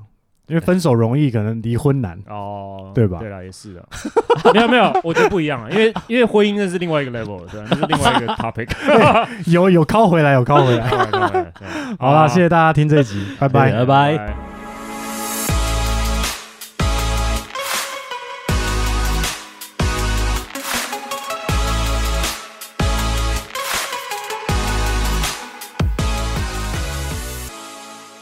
Speaker 1: 因为分手容易，可能离婚难。 (laughs)
Speaker 2: 哦，
Speaker 1: 对吧
Speaker 2: 对啦，也是啊， (laughs) 没有没有，我觉得不一样啊，因为因为婚姻那是另外一个 level，了对啊吧、那是另外一个
Speaker 3: (laughs)
Speaker 2: topic。 (laughs) 啊
Speaker 1: 有有靠回来，有靠回来。
Speaker 2: 好啦啊
Speaker 3: 啊
Speaker 1: 好啦，谢谢大家听这一集，拜拜
Speaker 3: 对。拜拜。
Speaker 2: 拜